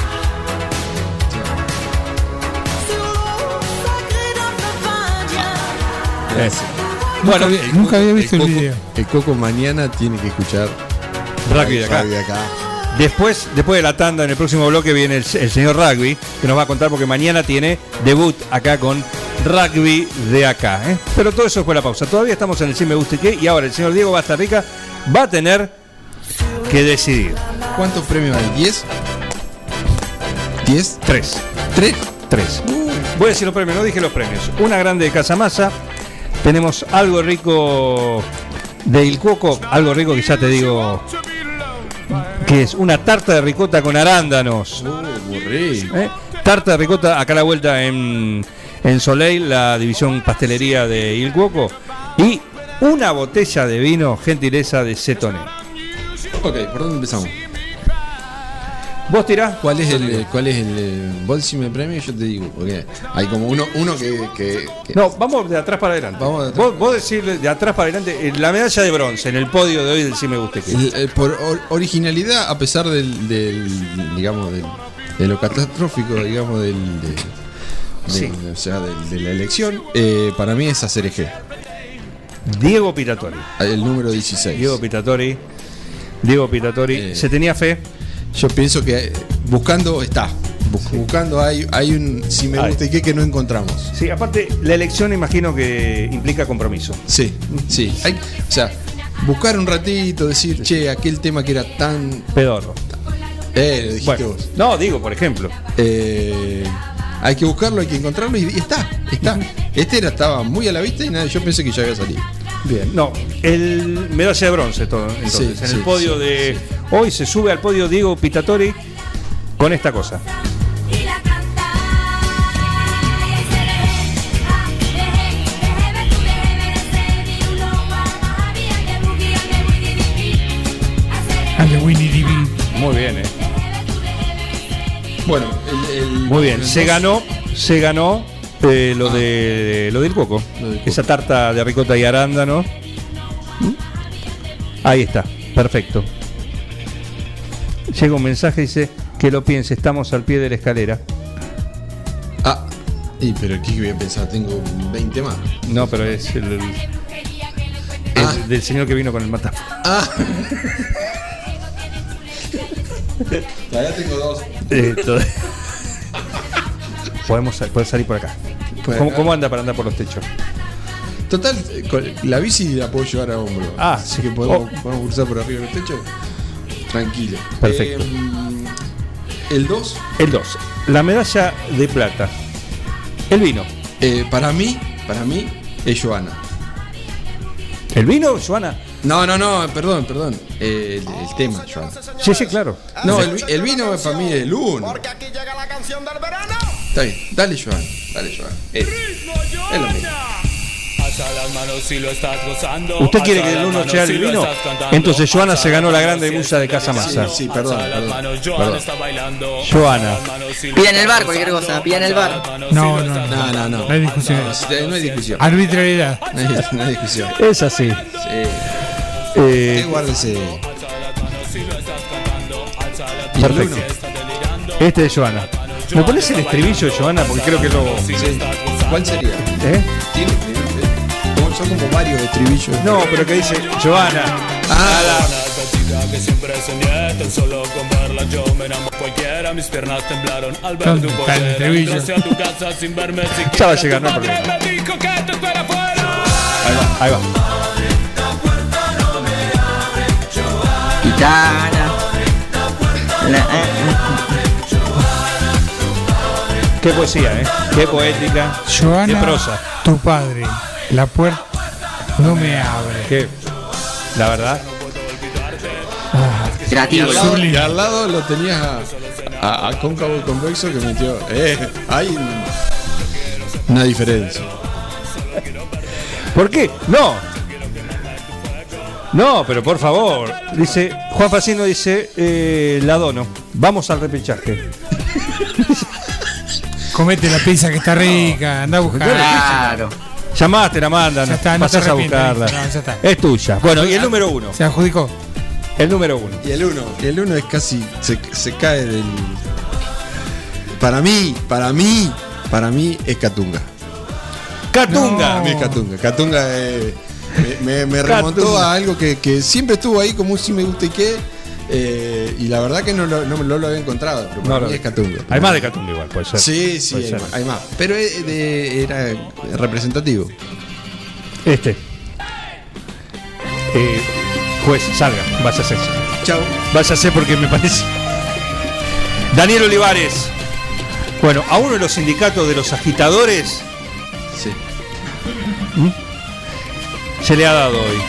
Speaker 2: Ese.
Speaker 4: Bueno,
Speaker 2: Bueno,
Speaker 4: nunca, había- nunca había visto el, video.
Speaker 3: El Coco mañana tiene que escuchar.
Speaker 2: Rugby de acá.
Speaker 3: Rugby de acá.
Speaker 2: Después, después de la tanda, en el próximo bloque viene el, el señor Rugby, que nos va a contar porque mañana tiene debut acá con Rugby de acá. ¿eh? Pero todo eso fue la pausa. Todavía estamos en el Sí Me Gusta y qué. Y ahora el señor Diego Bastarrica va a tener que decidir.
Speaker 3: ¿Cuántos premios hay? ¿10? ¿10?
Speaker 2: Tres.
Speaker 3: ¿Tres?
Speaker 2: Tres. Voy a decir los premios, no dije los premios. Una grande de Casamasa. Tenemos algo rico de Il Cuoco, algo rico que ya te digo que es una tarta de ricota con arándanos. ¿eh? Tarta de ricota acá a la vuelta en, en Soleil, la división pastelería de Il Cuoco. Y una botella de vino, gentileza de Cetone.
Speaker 3: Ok, ¿por dónde empezamos?
Speaker 2: ¿Vos tirás?
Speaker 3: ¿Cuál es el, eh, cuál es el eh, vos si me premio yo te digo, porque hay como uno, uno que, que- que-
Speaker 2: No, vamos de atrás para adelante.
Speaker 3: Vamos de atrás
Speaker 2: vos, vos decís de atrás para adelante eh, la medalla de bronce en el podio de hoy del Sí Me Guste Que.
Speaker 3: el- eh, por or- originalidad a pesar del, del, digamos del- de lo catastrófico, digamos del, de, de-
Speaker 2: Sí.
Speaker 3: o sea, del- de, la elección, eh, para mí es hacer eje,
Speaker 2: Diego Piratori.
Speaker 3: el número 16.
Speaker 2: Diego Pitatori. Diego Pitatori. Se tenía fe.
Speaker 3: Yo pienso que eh, buscando está, bu- buscando hay hay un si me
Speaker 2: Hay.
Speaker 3: gusta y qué que no encontramos.
Speaker 2: Sí, aparte, la elección imagino que implica compromiso.
Speaker 3: Sí, sí. Hay- o sea, buscar un ratito, decir, che, aquel tema que era tan
Speaker 2: Pedorro.
Speaker 3: Eh, lo dijiste
Speaker 2: Bueno,
Speaker 3: vos.
Speaker 2: no, digo, por ejemplo.
Speaker 3: Eh, hay que buscarlo, hay que encontrarlo y, y está, está. Este era, estaba muy a la vista y nada, yo pensé que ya había salido.
Speaker 2: Bien. No, el medalla de bronce todo. Entonces,
Speaker 3: Sí,
Speaker 2: en
Speaker 3: sí,
Speaker 2: el podio
Speaker 3: sí,
Speaker 2: de. Hoy se sube al podio Diego Pitatori con esta cosa.
Speaker 4: Al de Winnie Divi.
Speaker 2: Muy bien, eh.
Speaker 3: Bueno, el- el-
Speaker 2: Muy bien.
Speaker 3: el
Speaker 2: Se
Speaker 3: dos-
Speaker 2: ganó, se ganó eh, lo de lo del coco. Esa tarta de ricota y arándano. ¿Mm? Ahí está, perfecto. Llega un mensaje dice que lo piense, estamos al pie de la escalera.
Speaker 3: Ah, y, pero ¿qué voy a pensar? Tengo 20 más.
Speaker 2: No, pero es el, el- el
Speaker 3: Ah.
Speaker 2: del señor que vino con el mata.
Speaker 3: Ah. Todavía tengo dos.
Speaker 2: Eh, todo- Podemos sal- puede salir por acá.
Speaker 3: Por
Speaker 2: ¿Cómo,
Speaker 3: acá.
Speaker 2: cómo anda para andar por los techos?
Speaker 3: Total, eh, con- la bici la puedo llevar a hombro.
Speaker 2: Ah,
Speaker 3: así
Speaker 2: sí.
Speaker 3: que podemos, podemos cruzar por arriba del techo. Tranquilo.
Speaker 2: Perfecto.
Speaker 3: Em, el 2,
Speaker 2: El 2. La medalla de plata. El vino.
Speaker 3: eh, para mí, para mí, es Joana.
Speaker 2: ¿El vino, Joana?
Speaker 3: No, no, no, perdón, perdón. Eh, el, el tema, Joana.
Speaker 2: Sí, sí, claro.
Speaker 3: No, el, vi- el vino para mí es el 1. Está bien, dale, Joan. Dale, Joan. Eh, es lo mismo.
Speaker 21: Alza las manos si lo estás gozando.
Speaker 2: ¿Usted quiere
Speaker 21: Alza
Speaker 2: que el
Speaker 21: las
Speaker 2: uno
Speaker 21: manos
Speaker 2: sea
Speaker 21: si
Speaker 2: el
Speaker 21: lo
Speaker 2: vino?
Speaker 21: estás cantando.
Speaker 2: Entonces Joana se ganó la grande
Speaker 21: Alza las
Speaker 2: musa de
Speaker 21: manos
Speaker 2: Casa
Speaker 21: si
Speaker 2: Masa.
Speaker 21: estás
Speaker 3: Sí, sí, perdón,
Speaker 21: Alza las
Speaker 3: perdón,
Speaker 21: manos, Joana
Speaker 3: perdón.
Speaker 21: está bailando.
Speaker 2: Joana.
Speaker 21: Pida
Speaker 7: Pida en el bar cualquier cosa, pida en el bar.
Speaker 4: No, no, no.
Speaker 3: No, no, no.
Speaker 4: No hay discusión.
Speaker 3: No, no hay discusión.
Speaker 4: Arbitrariedad.
Speaker 3: No hay, no hay discusión.
Speaker 2: Es así.
Speaker 3: Sí.
Speaker 2: Eh,
Speaker 3: Eh, guárdese.
Speaker 2: Y el Perfecto. uno. este es Joana. ¿Me pones el estribillo de Joana? Porque creo que lo.
Speaker 3: Sí. ¿Cuál sería?
Speaker 2: ¿Eh?
Speaker 3: ¿Tiene estribillo? Como- Son como varios estribillos.
Speaker 2: No, pero que dice Joana.
Speaker 3: Ah,
Speaker 21: que siempre soñé, tan solo con verla yo me enamoré cualquiera, mis piernas temblaron al ver
Speaker 4: Tan-
Speaker 21: tu
Speaker 4: tan
Speaker 21: poder,
Speaker 4: estribillo.
Speaker 21: entraste a tu casa sin verme siquiera,
Speaker 2: Ya va a llegar, no hay
Speaker 21: tu madre
Speaker 2: problema.
Speaker 21: me dijo que te espera afuera.
Speaker 2: Ahí va, ahí va.
Speaker 7: Gitana. eh,
Speaker 2: Qué poesía, ¿eh? Qué poética.
Speaker 4: Joana,
Speaker 2: Qué prosa.
Speaker 4: tu padre, la puerta no me abre.
Speaker 2: Qué- La verdad.
Speaker 3: Y al, lado, y al lado lo tenías a, a- a cóncavo y convexo que metió. Eh, hay una diferencia.
Speaker 2: ¿Por qué? No. No, pero por favor. Dice, Juan Facino dice, eh, la dono. Vamos al repechaje.
Speaker 4: Comete la pizza que está rica, anda a buscarla.
Speaker 2: Claro. Llamaste, la mandan.
Speaker 4: Ya está, no te
Speaker 2: pasás a
Speaker 4: arrepientas,
Speaker 2: buscarla.
Speaker 4: no, ya está. Ah,
Speaker 2: Es tuya. Bueno, y el número uno.
Speaker 4: Se adjudicó.
Speaker 2: El número uno.
Speaker 3: Y el uno. Y el uno es casi. Se, se cae del. Para mí, para mí, para mí es Catunga.
Speaker 2: ¡Catunga!
Speaker 3: Para mí es Catunga. Catunga eh, me, me- me remontó
Speaker 2: Catunga.
Speaker 3: a algo que, que siempre estuvo ahí como un si me gusta y qué. eh, y la verdad que no lo, no, no lo había encontrado. Pero para
Speaker 2: No, no.
Speaker 3: mí es Catunga.
Speaker 2: Hay más de Catunga igual, puede ser.
Speaker 3: Sí, sí,
Speaker 2: Puede
Speaker 3: hay
Speaker 2: ser.
Speaker 3: más, hay más. Pero eh, de- era representativo.
Speaker 2: Este. Eh, juez, salga. Vas a hacer.
Speaker 3: Chao.
Speaker 2: Vas a hacer porque me parece. Daniel Olivares. Bueno, a uno de los sindicatos de los agitadores
Speaker 3: Sí.
Speaker 2: se le ha dado hoy.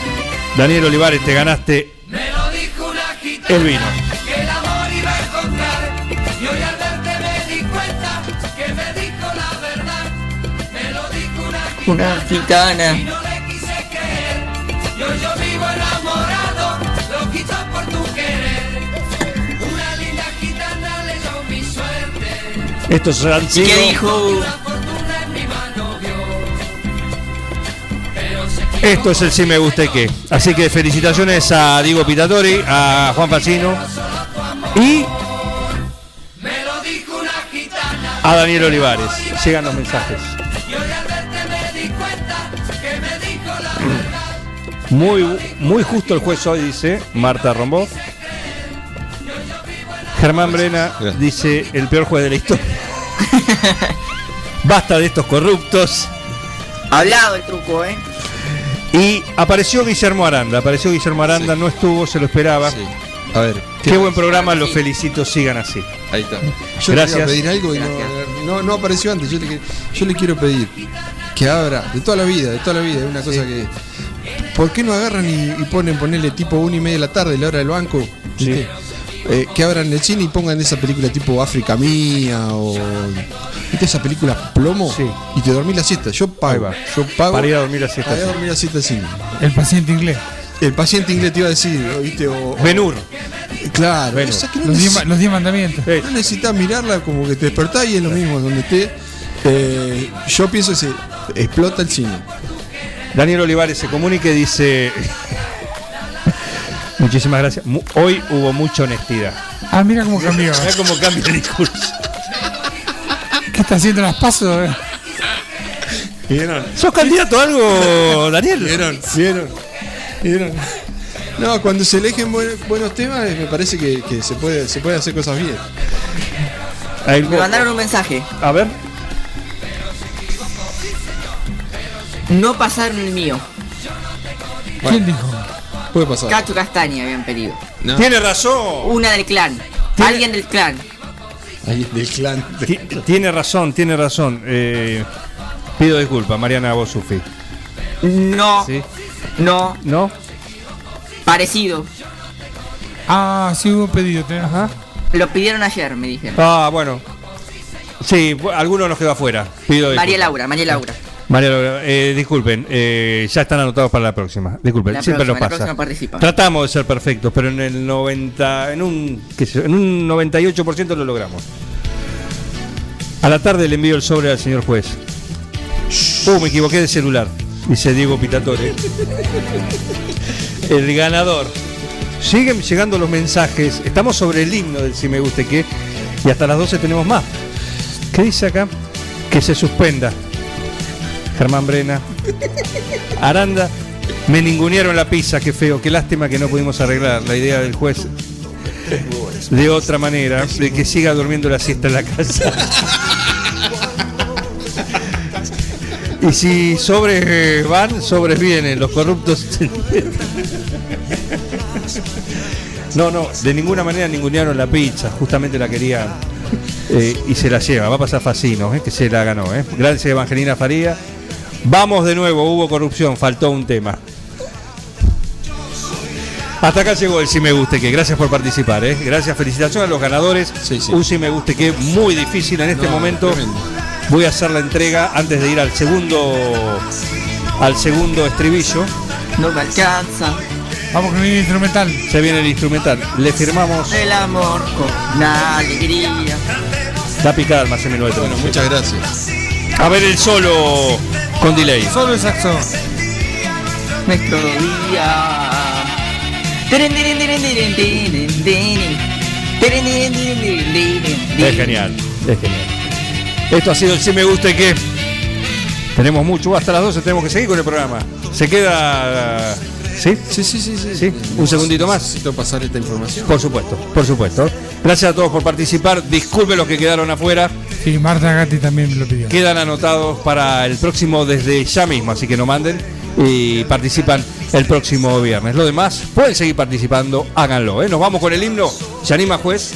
Speaker 2: Daniel Olivares, te ganaste
Speaker 11: Me lo dijo una
Speaker 2: el vino.
Speaker 11: que el amor iba a encontrar. Y hoy al verte me di cuenta que me dijo la verdad. Me lo dijo una
Speaker 7: Una gitana.
Speaker 11: y no le quise creer. Y hoy yo vivo enamorado, lo quito por tu querer. Una linda gitana le dio mi suerte.
Speaker 2: Estos han
Speaker 7: ¿Y
Speaker 2: sido.
Speaker 7: qué dijo?
Speaker 11: Fortuna en mi mano vio. Pero se
Speaker 2: Esto es el sí me gusta y qué. Así que felicitaciones a Diego Pitatori, a Juan Facino y
Speaker 11: me lo dijo una gitana.
Speaker 2: a Daniel Olivares. Llegan los mensajes.
Speaker 11: Y hoy al verte me di cuenta que me dijo la verdad.
Speaker 2: Muy, muy justo el juez hoy, dice Marta Rombó. Germán Brena dice el peor juez de la historia. Basta de estos corruptos.
Speaker 7: Hablado el truco, ¿eh?
Speaker 2: Y apareció Guillermo Aranda. Apareció Guillermo Aranda, no estuvo, se lo esperaba.
Speaker 3: A ver.
Speaker 2: Qué buen programa, los felicito, sigan así.
Speaker 3: Ahí está. Yo
Speaker 2: Gracias.
Speaker 3: le iba a pedir algo y no, no- no apareció antes. Yo le, que- yo le quiero pedir que abra, de toda la vida, de toda la vida, es una cosa que. ¿Por qué no agarran y, y ponen, ponerle tipo una y media de la tarde, la hora del banco? ¿viste? Eh, que abran el cine y pongan esa película tipo África Mía o. ¿Viste esa película plomo? Y te dormís la siesta. Yo pago. Yo pago.
Speaker 2: Para ir a dormir la siesta
Speaker 3: Para ir a
Speaker 2: al
Speaker 3: dormir la siesta al cine.
Speaker 4: El paciente inglés.
Speaker 3: El paciente inglés te iba a decir, ¿viste? O, o-
Speaker 2: Benur.
Speaker 3: Claro,
Speaker 2: Benur.
Speaker 3: esa que no
Speaker 4: Los
Speaker 3: neces-
Speaker 4: diez, los diez mandamientos.
Speaker 2: Sí.
Speaker 3: no necesitas mirarla como que te despertás y es lo mismo donde esté. Eh, yo pienso que se explota el cine.
Speaker 2: Daniel Olivares se comunica y dice. Muchísimas gracias. Mu- Hoy hubo mucha honestidad.
Speaker 4: Ah, mira cómo cambió.
Speaker 2: Mirá cómo cambia el discurso.
Speaker 4: ¿Qué está haciendo las pasos?
Speaker 3: ¿Vieron?
Speaker 2: ¿Sos candidato a algo, Daniel?
Speaker 3: ¿Vieron? ¿Vieron? ¿Vieron? No, cuando se eligen buen- buenos temas eh, me parece que, que se puede se puede hacer cosas bien.
Speaker 7: Me mandaron un mensaje.
Speaker 2: A ver.
Speaker 7: No pasaron el mío.
Speaker 4: ¿Quién dijo?
Speaker 3: Puede pasar.
Speaker 7: Cacho Castaña habían pedido.
Speaker 3: No.
Speaker 2: Tiene razón.
Speaker 7: Una del clan. Alguien del clan.
Speaker 3: Ahí, del clan.
Speaker 2: Ti- Tiene razón, tiene razón. Eh, pido disculpas, Mariana Bosufi.
Speaker 7: No,
Speaker 2: ¿Sí?
Speaker 7: no,
Speaker 2: ¿No?
Speaker 7: parecido.
Speaker 4: Ah, sí hubo un pedido. tenés razón.
Speaker 7: Lo pidieron ayer, me dijeron.
Speaker 2: Ah, bueno. Sí, bu- alguno nos quedó afuera. Pido disculpas.
Speaker 7: María Laura, María Laura.
Speaker 2: María Laura, eh, disculpen, eh, ya están anotados para la próxima. Disculpen,
Speaker 7: La
Speaker 2: siempre
Speaker 7: próxima,
Speaker 2: nos
Speaker 7: la
Speaker 2: pasa.
Speaker 7: próxima participa.
Speaker 2: Tratamos de ser perfectos, pero en el 90, en un, qué sé yo, en un 98% lo logramos. A la tarde le envío el sobre al señor juez. Uh, me equivoqué de celular. Dice Diego Pitatore. El ganador. Siguen llegando los mensajes. Estamos sobre el himno del si me guste que. Y hasta las 12 tenemos más. ¿Qué dice acá? Que se suspenda. Germán Brena. Aranda. Me ningunearon la pizza, qué feo, qué lástima que no pudimos arreglar la idea del juez de otra manera, de que siga durmiendo la siesta en la casa. Y si sobres eh, van, sobres vienen, los corruptos. No, no, de ninguna manera ningunearon la pizza, justamente la querían. eh, y se la lleva, va a pasar Facino, eh, que se la ganó. eh. Gracias Evangelina Faría. Vamos de nuevo, hubo corrupción, faltó un tema. Hasta acá llegó el Si Me Guste Que. Gracias por participar. ¿eh? Gracias, felicitaciones a los ganadores. Un Si Me Guste Que muy difícil en este momento. Voy a hacer la entrega antes de ir al segundo al segundo estribillo.
Speaker 7: No me alcanza
Speaker 2: Vamos con el instrumental. Se viene el instrumental. Le firmamos
Speaker 7: el amor con la alegría.
Speaker 2: la picada al Macé 1930.
Speaker 3: Bueno, muchas gracias.
Speaker 2: A ver el solo con delay.
Speaker 4: Solo el saxo.
Speaker 7: Nuestro día. Tirin, tirin, tirin, tirin, tirin, tirin. Tirin, tirin, tirin, tirin, tirin, tirin.
Speaker 2: Es genial, es genial. Esto ha sido el Si Me Guste Que. Tenemos mucho, hasta las 12 tenemos que seguir con el programa. Se queda. ¿Sí?
Speaker 3: Sí, sí, sí, sí.
Speaker 2: Un segundito más.
Speaker 3: Necesito pasar esta información.
Speaker 2: Por supuesto, por supuesto. Gracias a todos por participar. Disculpen los que quedaron afuera.
Speaker 4: Sí, Marta Gatti también me lo pidió.
Speaker 2: Quedan anotados para el próximo desde ya mismo, así que no manden y participan el próximo viernes. Lo demás, pueden seguir participando, háganlo. ¿eh? Nos vamos con el himno. ¿Se anima, juez?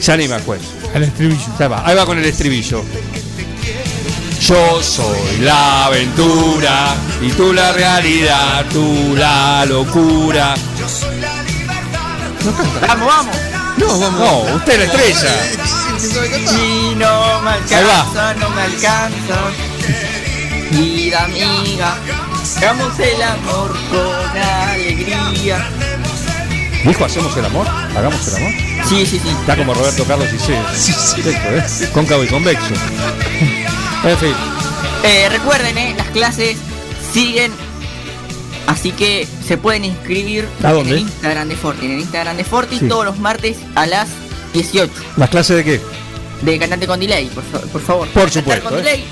Speaker 2: Se anima, juez.
Speaker 4: Al estribillo.
Speaker 2: Ya va, ahí va con el estribillo. Yo soy la aventura y tú la realidad, tú la locura.
Speaker 7: Vamos, vamos.
Speaker 3: No, vamos.
Speaker 2: No, usted es la estrella.
Speaker 7: Y no me
Speaker 2: Ahí
Speaker 7: alcanza, no me alcanza. Vida amiga, hagamos el amor con alegría.
Speaker 2: Dijo, hacemos el amor, hagamos el amor.
Speaker 7: Sí, sí, sí.
Speaker 2: Está como Roberto Carlos y sí. Esto, ¿eh? Cóncavo y convexo. en fin.
Speaker 7: Eh, recuerden, eh, las clases siguen, así que se pueden inscribir
Speaker 2: ¿A dónde?
Speaker 7: en el Instagram de Forti. En el Instagram de Forti
Speaker 2: Sí.
Speaker 7: todos los martes a las 18
Speaker 2: ¿Las clases de qué?
Speaker 7: de Cantante con Delay, por, fa- por favor.
Speaker 2: Por
Speaker 7: Cantar
Speaker 2: supuesto,
Speaker 7: con
Speaker 2: eh.
Speaker 7: delay.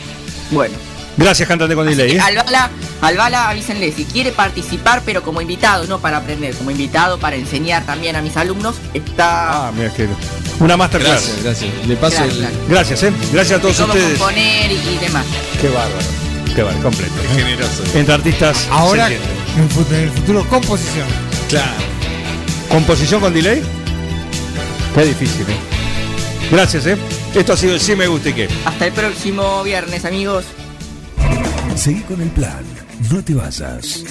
Speaker 7: Bueno.
Speaker 2: Gracias, cantante con delay. ¿eh?
Speaker 7: Al Bala, al Bala, avísenle si quiere participar, pero como invitado, no para aprender, como invitado para enseñar también a mis alumnos, está
Speaker 2: Ah, mira que. Una masterclass.
Speaker 3: Gracias, gracias. Le paso
Speaker 7: Claro,
Speaker 3: el.
Speaker 7: claro.
Speaker 2: Gracias, ¿eh? Gracias a todos
Speaker 7: cómo
Speaker 2: ustedes.
Speaker 7: componer y, y demás.
Speaker 2: Qué bárbaro. Qué bárbaro, completo. ¿eh?
Speaker 3: generoso.
Speaker 2: Entre artistas.
Speaker 4: Ahora,
Speaker 2: se
Speaker 4: en
Speaker 2: entiende.
Speaker 4: el fut- en el futuro, composición.
Speaker 3: Claro.
Speaker 2: ¿Composición con delay? Qué difícil, ¿eh? Gracias, ¿eh? Esto ha sido el Sí Me Guste Que.
Speaker 7: Hasta el próximo viernes, amigos.
Speaker 5: Seguí con el plan. No te vayas.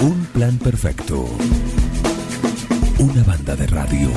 Speaker 5: Un plan perfecto. Una banda de radio.